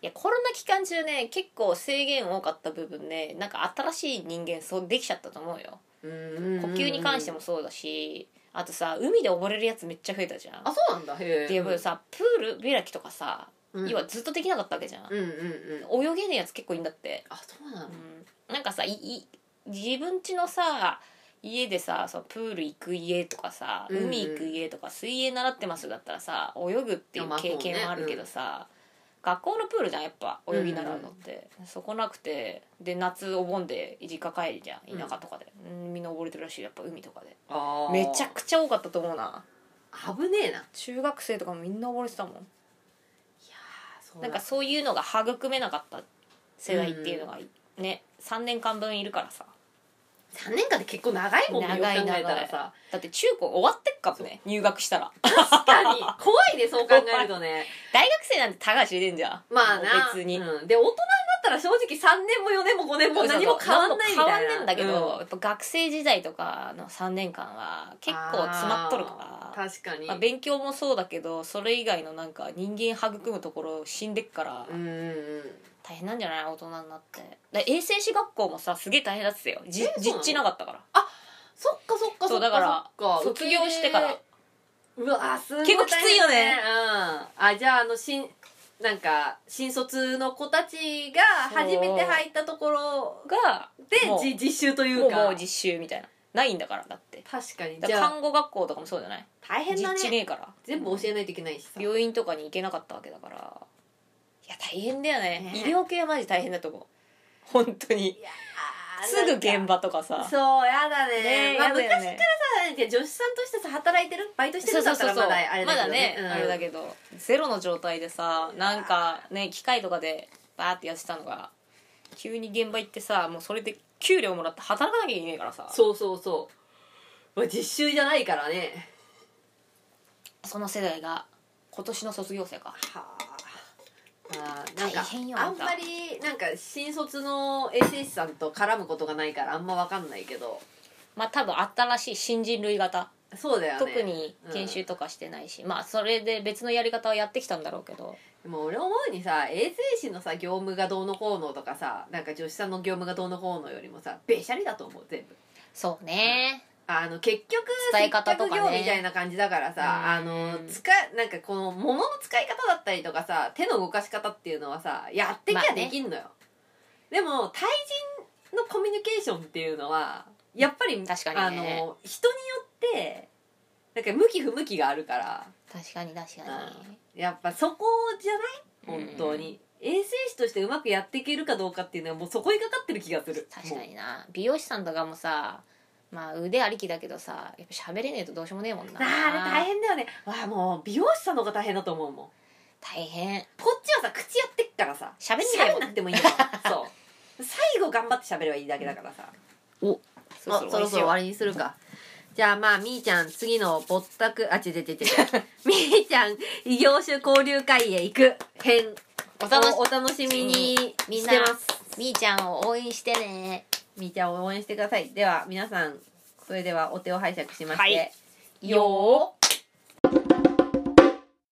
S1: やコロナ期間中ね結構制限多かった部分ねなんか新しい人間そうできちゃったと思うよ
S2: うんうんうんうん
S1: 呼吸に関してもそうだし、あとさ海で溺れるやつめっちゃ増えたじゃん
S2: あそうなんだへえ
S1: でもさプール開きとかさ、
S2: うん
S1: 要はずっとできなかったわけじゃん、
S2: うんうんうん
S1: 泳げねえやつ結構いいんだって、
S2: あそうなの
S1: うん、なんかさいい自分家のさ家でさそのプール行く家とかさ
S2: うんうん
S1: 海行く家とか水泳習ってますだったらさ泳ぐってい
S2: あ
S1: う
S2: まあ
S1: 経験はあるけどさ、学校のプールじゃんやっぱ泳ぎ習うのって、そこなくてで夏お盆で実家帰りじゃん田舎とかで、うんみんな溺れてるらしいやっぱ海とかで
S2: あー
S1: めちゃくちゃ多かったと思うな
S2: 危ねえな
S1: 中学生とかもみんな溺れてたもん
S2: そう
S1: なんかそういうのが育めなかった世代っていうのがいね3年間分いるからさ
S2: 3年間って結構長いもんねよく考
S1: 長い
S2: えたらさ
S1: だって中高終わってっかもね入学したら
S2: 確 かに怖いねそう考えるとね
S1: 大学生なんてたが知れてんじゃん
S2: まあな
S1: 別に、
S2: うん、で大人になったら正直3年も4年も5年も何も変わんないみた
S1: 何
S2: いな
S1: も変わんねえんだけど、
S2: う
S1: やっぱ学生時代とかの3年間は結構詰まっとるから
S2: 確かに、
S1: まあ、勉強もそうだけどそれ以外のなんか人間育むところ死んでっから
S2: うんうんうん
S1: 大変なんじゃない大人になってだ衛生士学校もさすげえ大変だってたよじ
S2: えそうなの
S1: 実地なかったから
S2: そっかそっ
S1: そ
S2: かそっか
S1: うだから
S2: そっか
S1: 卒業してから
S2: うわすごい
S1: 結構きついよね
S2: 大変だねうんあじゃああの新なんか新卒の子たちが初めて入ったところ
S1: が
S2: で
S1: そうもう
S2: じ実習とい
S1: も
S2: う
S1: う
S2: か
S1: もう実習みたいなないんだからだって
S2: 確かに
S1: だ
S2: じ
S1: から
S2: ゃあ
S1: 看護学校とかもそうじゃない
S2: 大変だ
S1: 実地ね
S2: ね
S1: えから
S2: 全部教えないといけないしさ
S1: 病院とかに行けなかったわけだからいや大変だよね
S2: ね
S1: 医療系はマジ大変だと思う本当に
S2: あー
S1: すぐ現場とか
S2: なんか
S1: さ
S2: そうやだね
S1: ね
S2: まあ
S1: やだ
S2: 昔
S1: よ
S2: から
S1: ね
S2: じゃあ女子さんとしてさ働いてるバイトしてるんだったらまだあ
S1: ま
S2: れだけ
S1: だ
S2: ど
S1: ね
S2: ね、
S1: あれだ
S2: ど
S1: けどゼロの状態でさなんかね機械とかでバーってやってたのが急に現場行ってさもうそれで給料もらって働かなきゃいけないからさ
S2: そうそうそうまあ実習じゃないからね
S1: その世代が今年の卒業生か
S2: はあなんか
S1: 大変よ
S2: あ
S1: あ
S2: ん
S1: んた
S2: まりなんか新卒の衛生士さんと絡むことがないからあんま分かんないけど
S1: まあ多分新しい新人類型
S2: そうだよね
S1: 特に研修とかしてないし、まあそれで別のやり方はやってきたんだろうけど
S2: でも俺思うにさ衛生士のさ業務がどうのこうのとかさなんか女子さんの業務がどうのこうのよりもさべしゃりだと思う全部
S1: そうね、
S2: あの結局
S1: 伝え方とかね
S2: 接客業みたいな感じだから
S1: うん
S2: さあの使いなんかこの物の使い方だったりとかさ手の動かし方っていうのはさやってき
S1: ま
S2: ゃ
S1: あね
S2: できんのよ、でも対人のコミュニケーションっていうのはやっぱり
S1: 確か
S2: あ
S1: にね
S2: の人によってなんか向き不向きがあるから
S1: 確かに確かに、
S2: やっぱそこじゃない本当に、衛生士としてうまくやっていけるかどうかっていうのはもうそこにかかってる気がする
S1: 確か
S2: も
S1: にな美容師さんとかもさまあ腕ありきだけどさやっぱ喋れねえとどうしようもねえもん
S2: う
S1: な
S2: あーあれ大変だよねわあもう美容師さんの方が大変だと思うもん
S1: 大変
S2: こっちはさ口やってっからさ
S1: 喋んないもん
S2: 喋んなくても いいのそう最後頑張って喋ればいいだけだからさ
S1: そ
S2: そろそろ終わりにするかじゃあまあみーちゃん次のぼったくあ違う違う 違う違うみーちゃん異業種交流会へ行く編
S1: お楽し
S2: お楽しみに
S1: みん
S2: し
S1: な
S2: てます
S1: みーちゃんを応援してね
S2: みーちゃんを応援してくださいでは皆さんそれではお手を拝借しまして、
S1: はい
S2: よー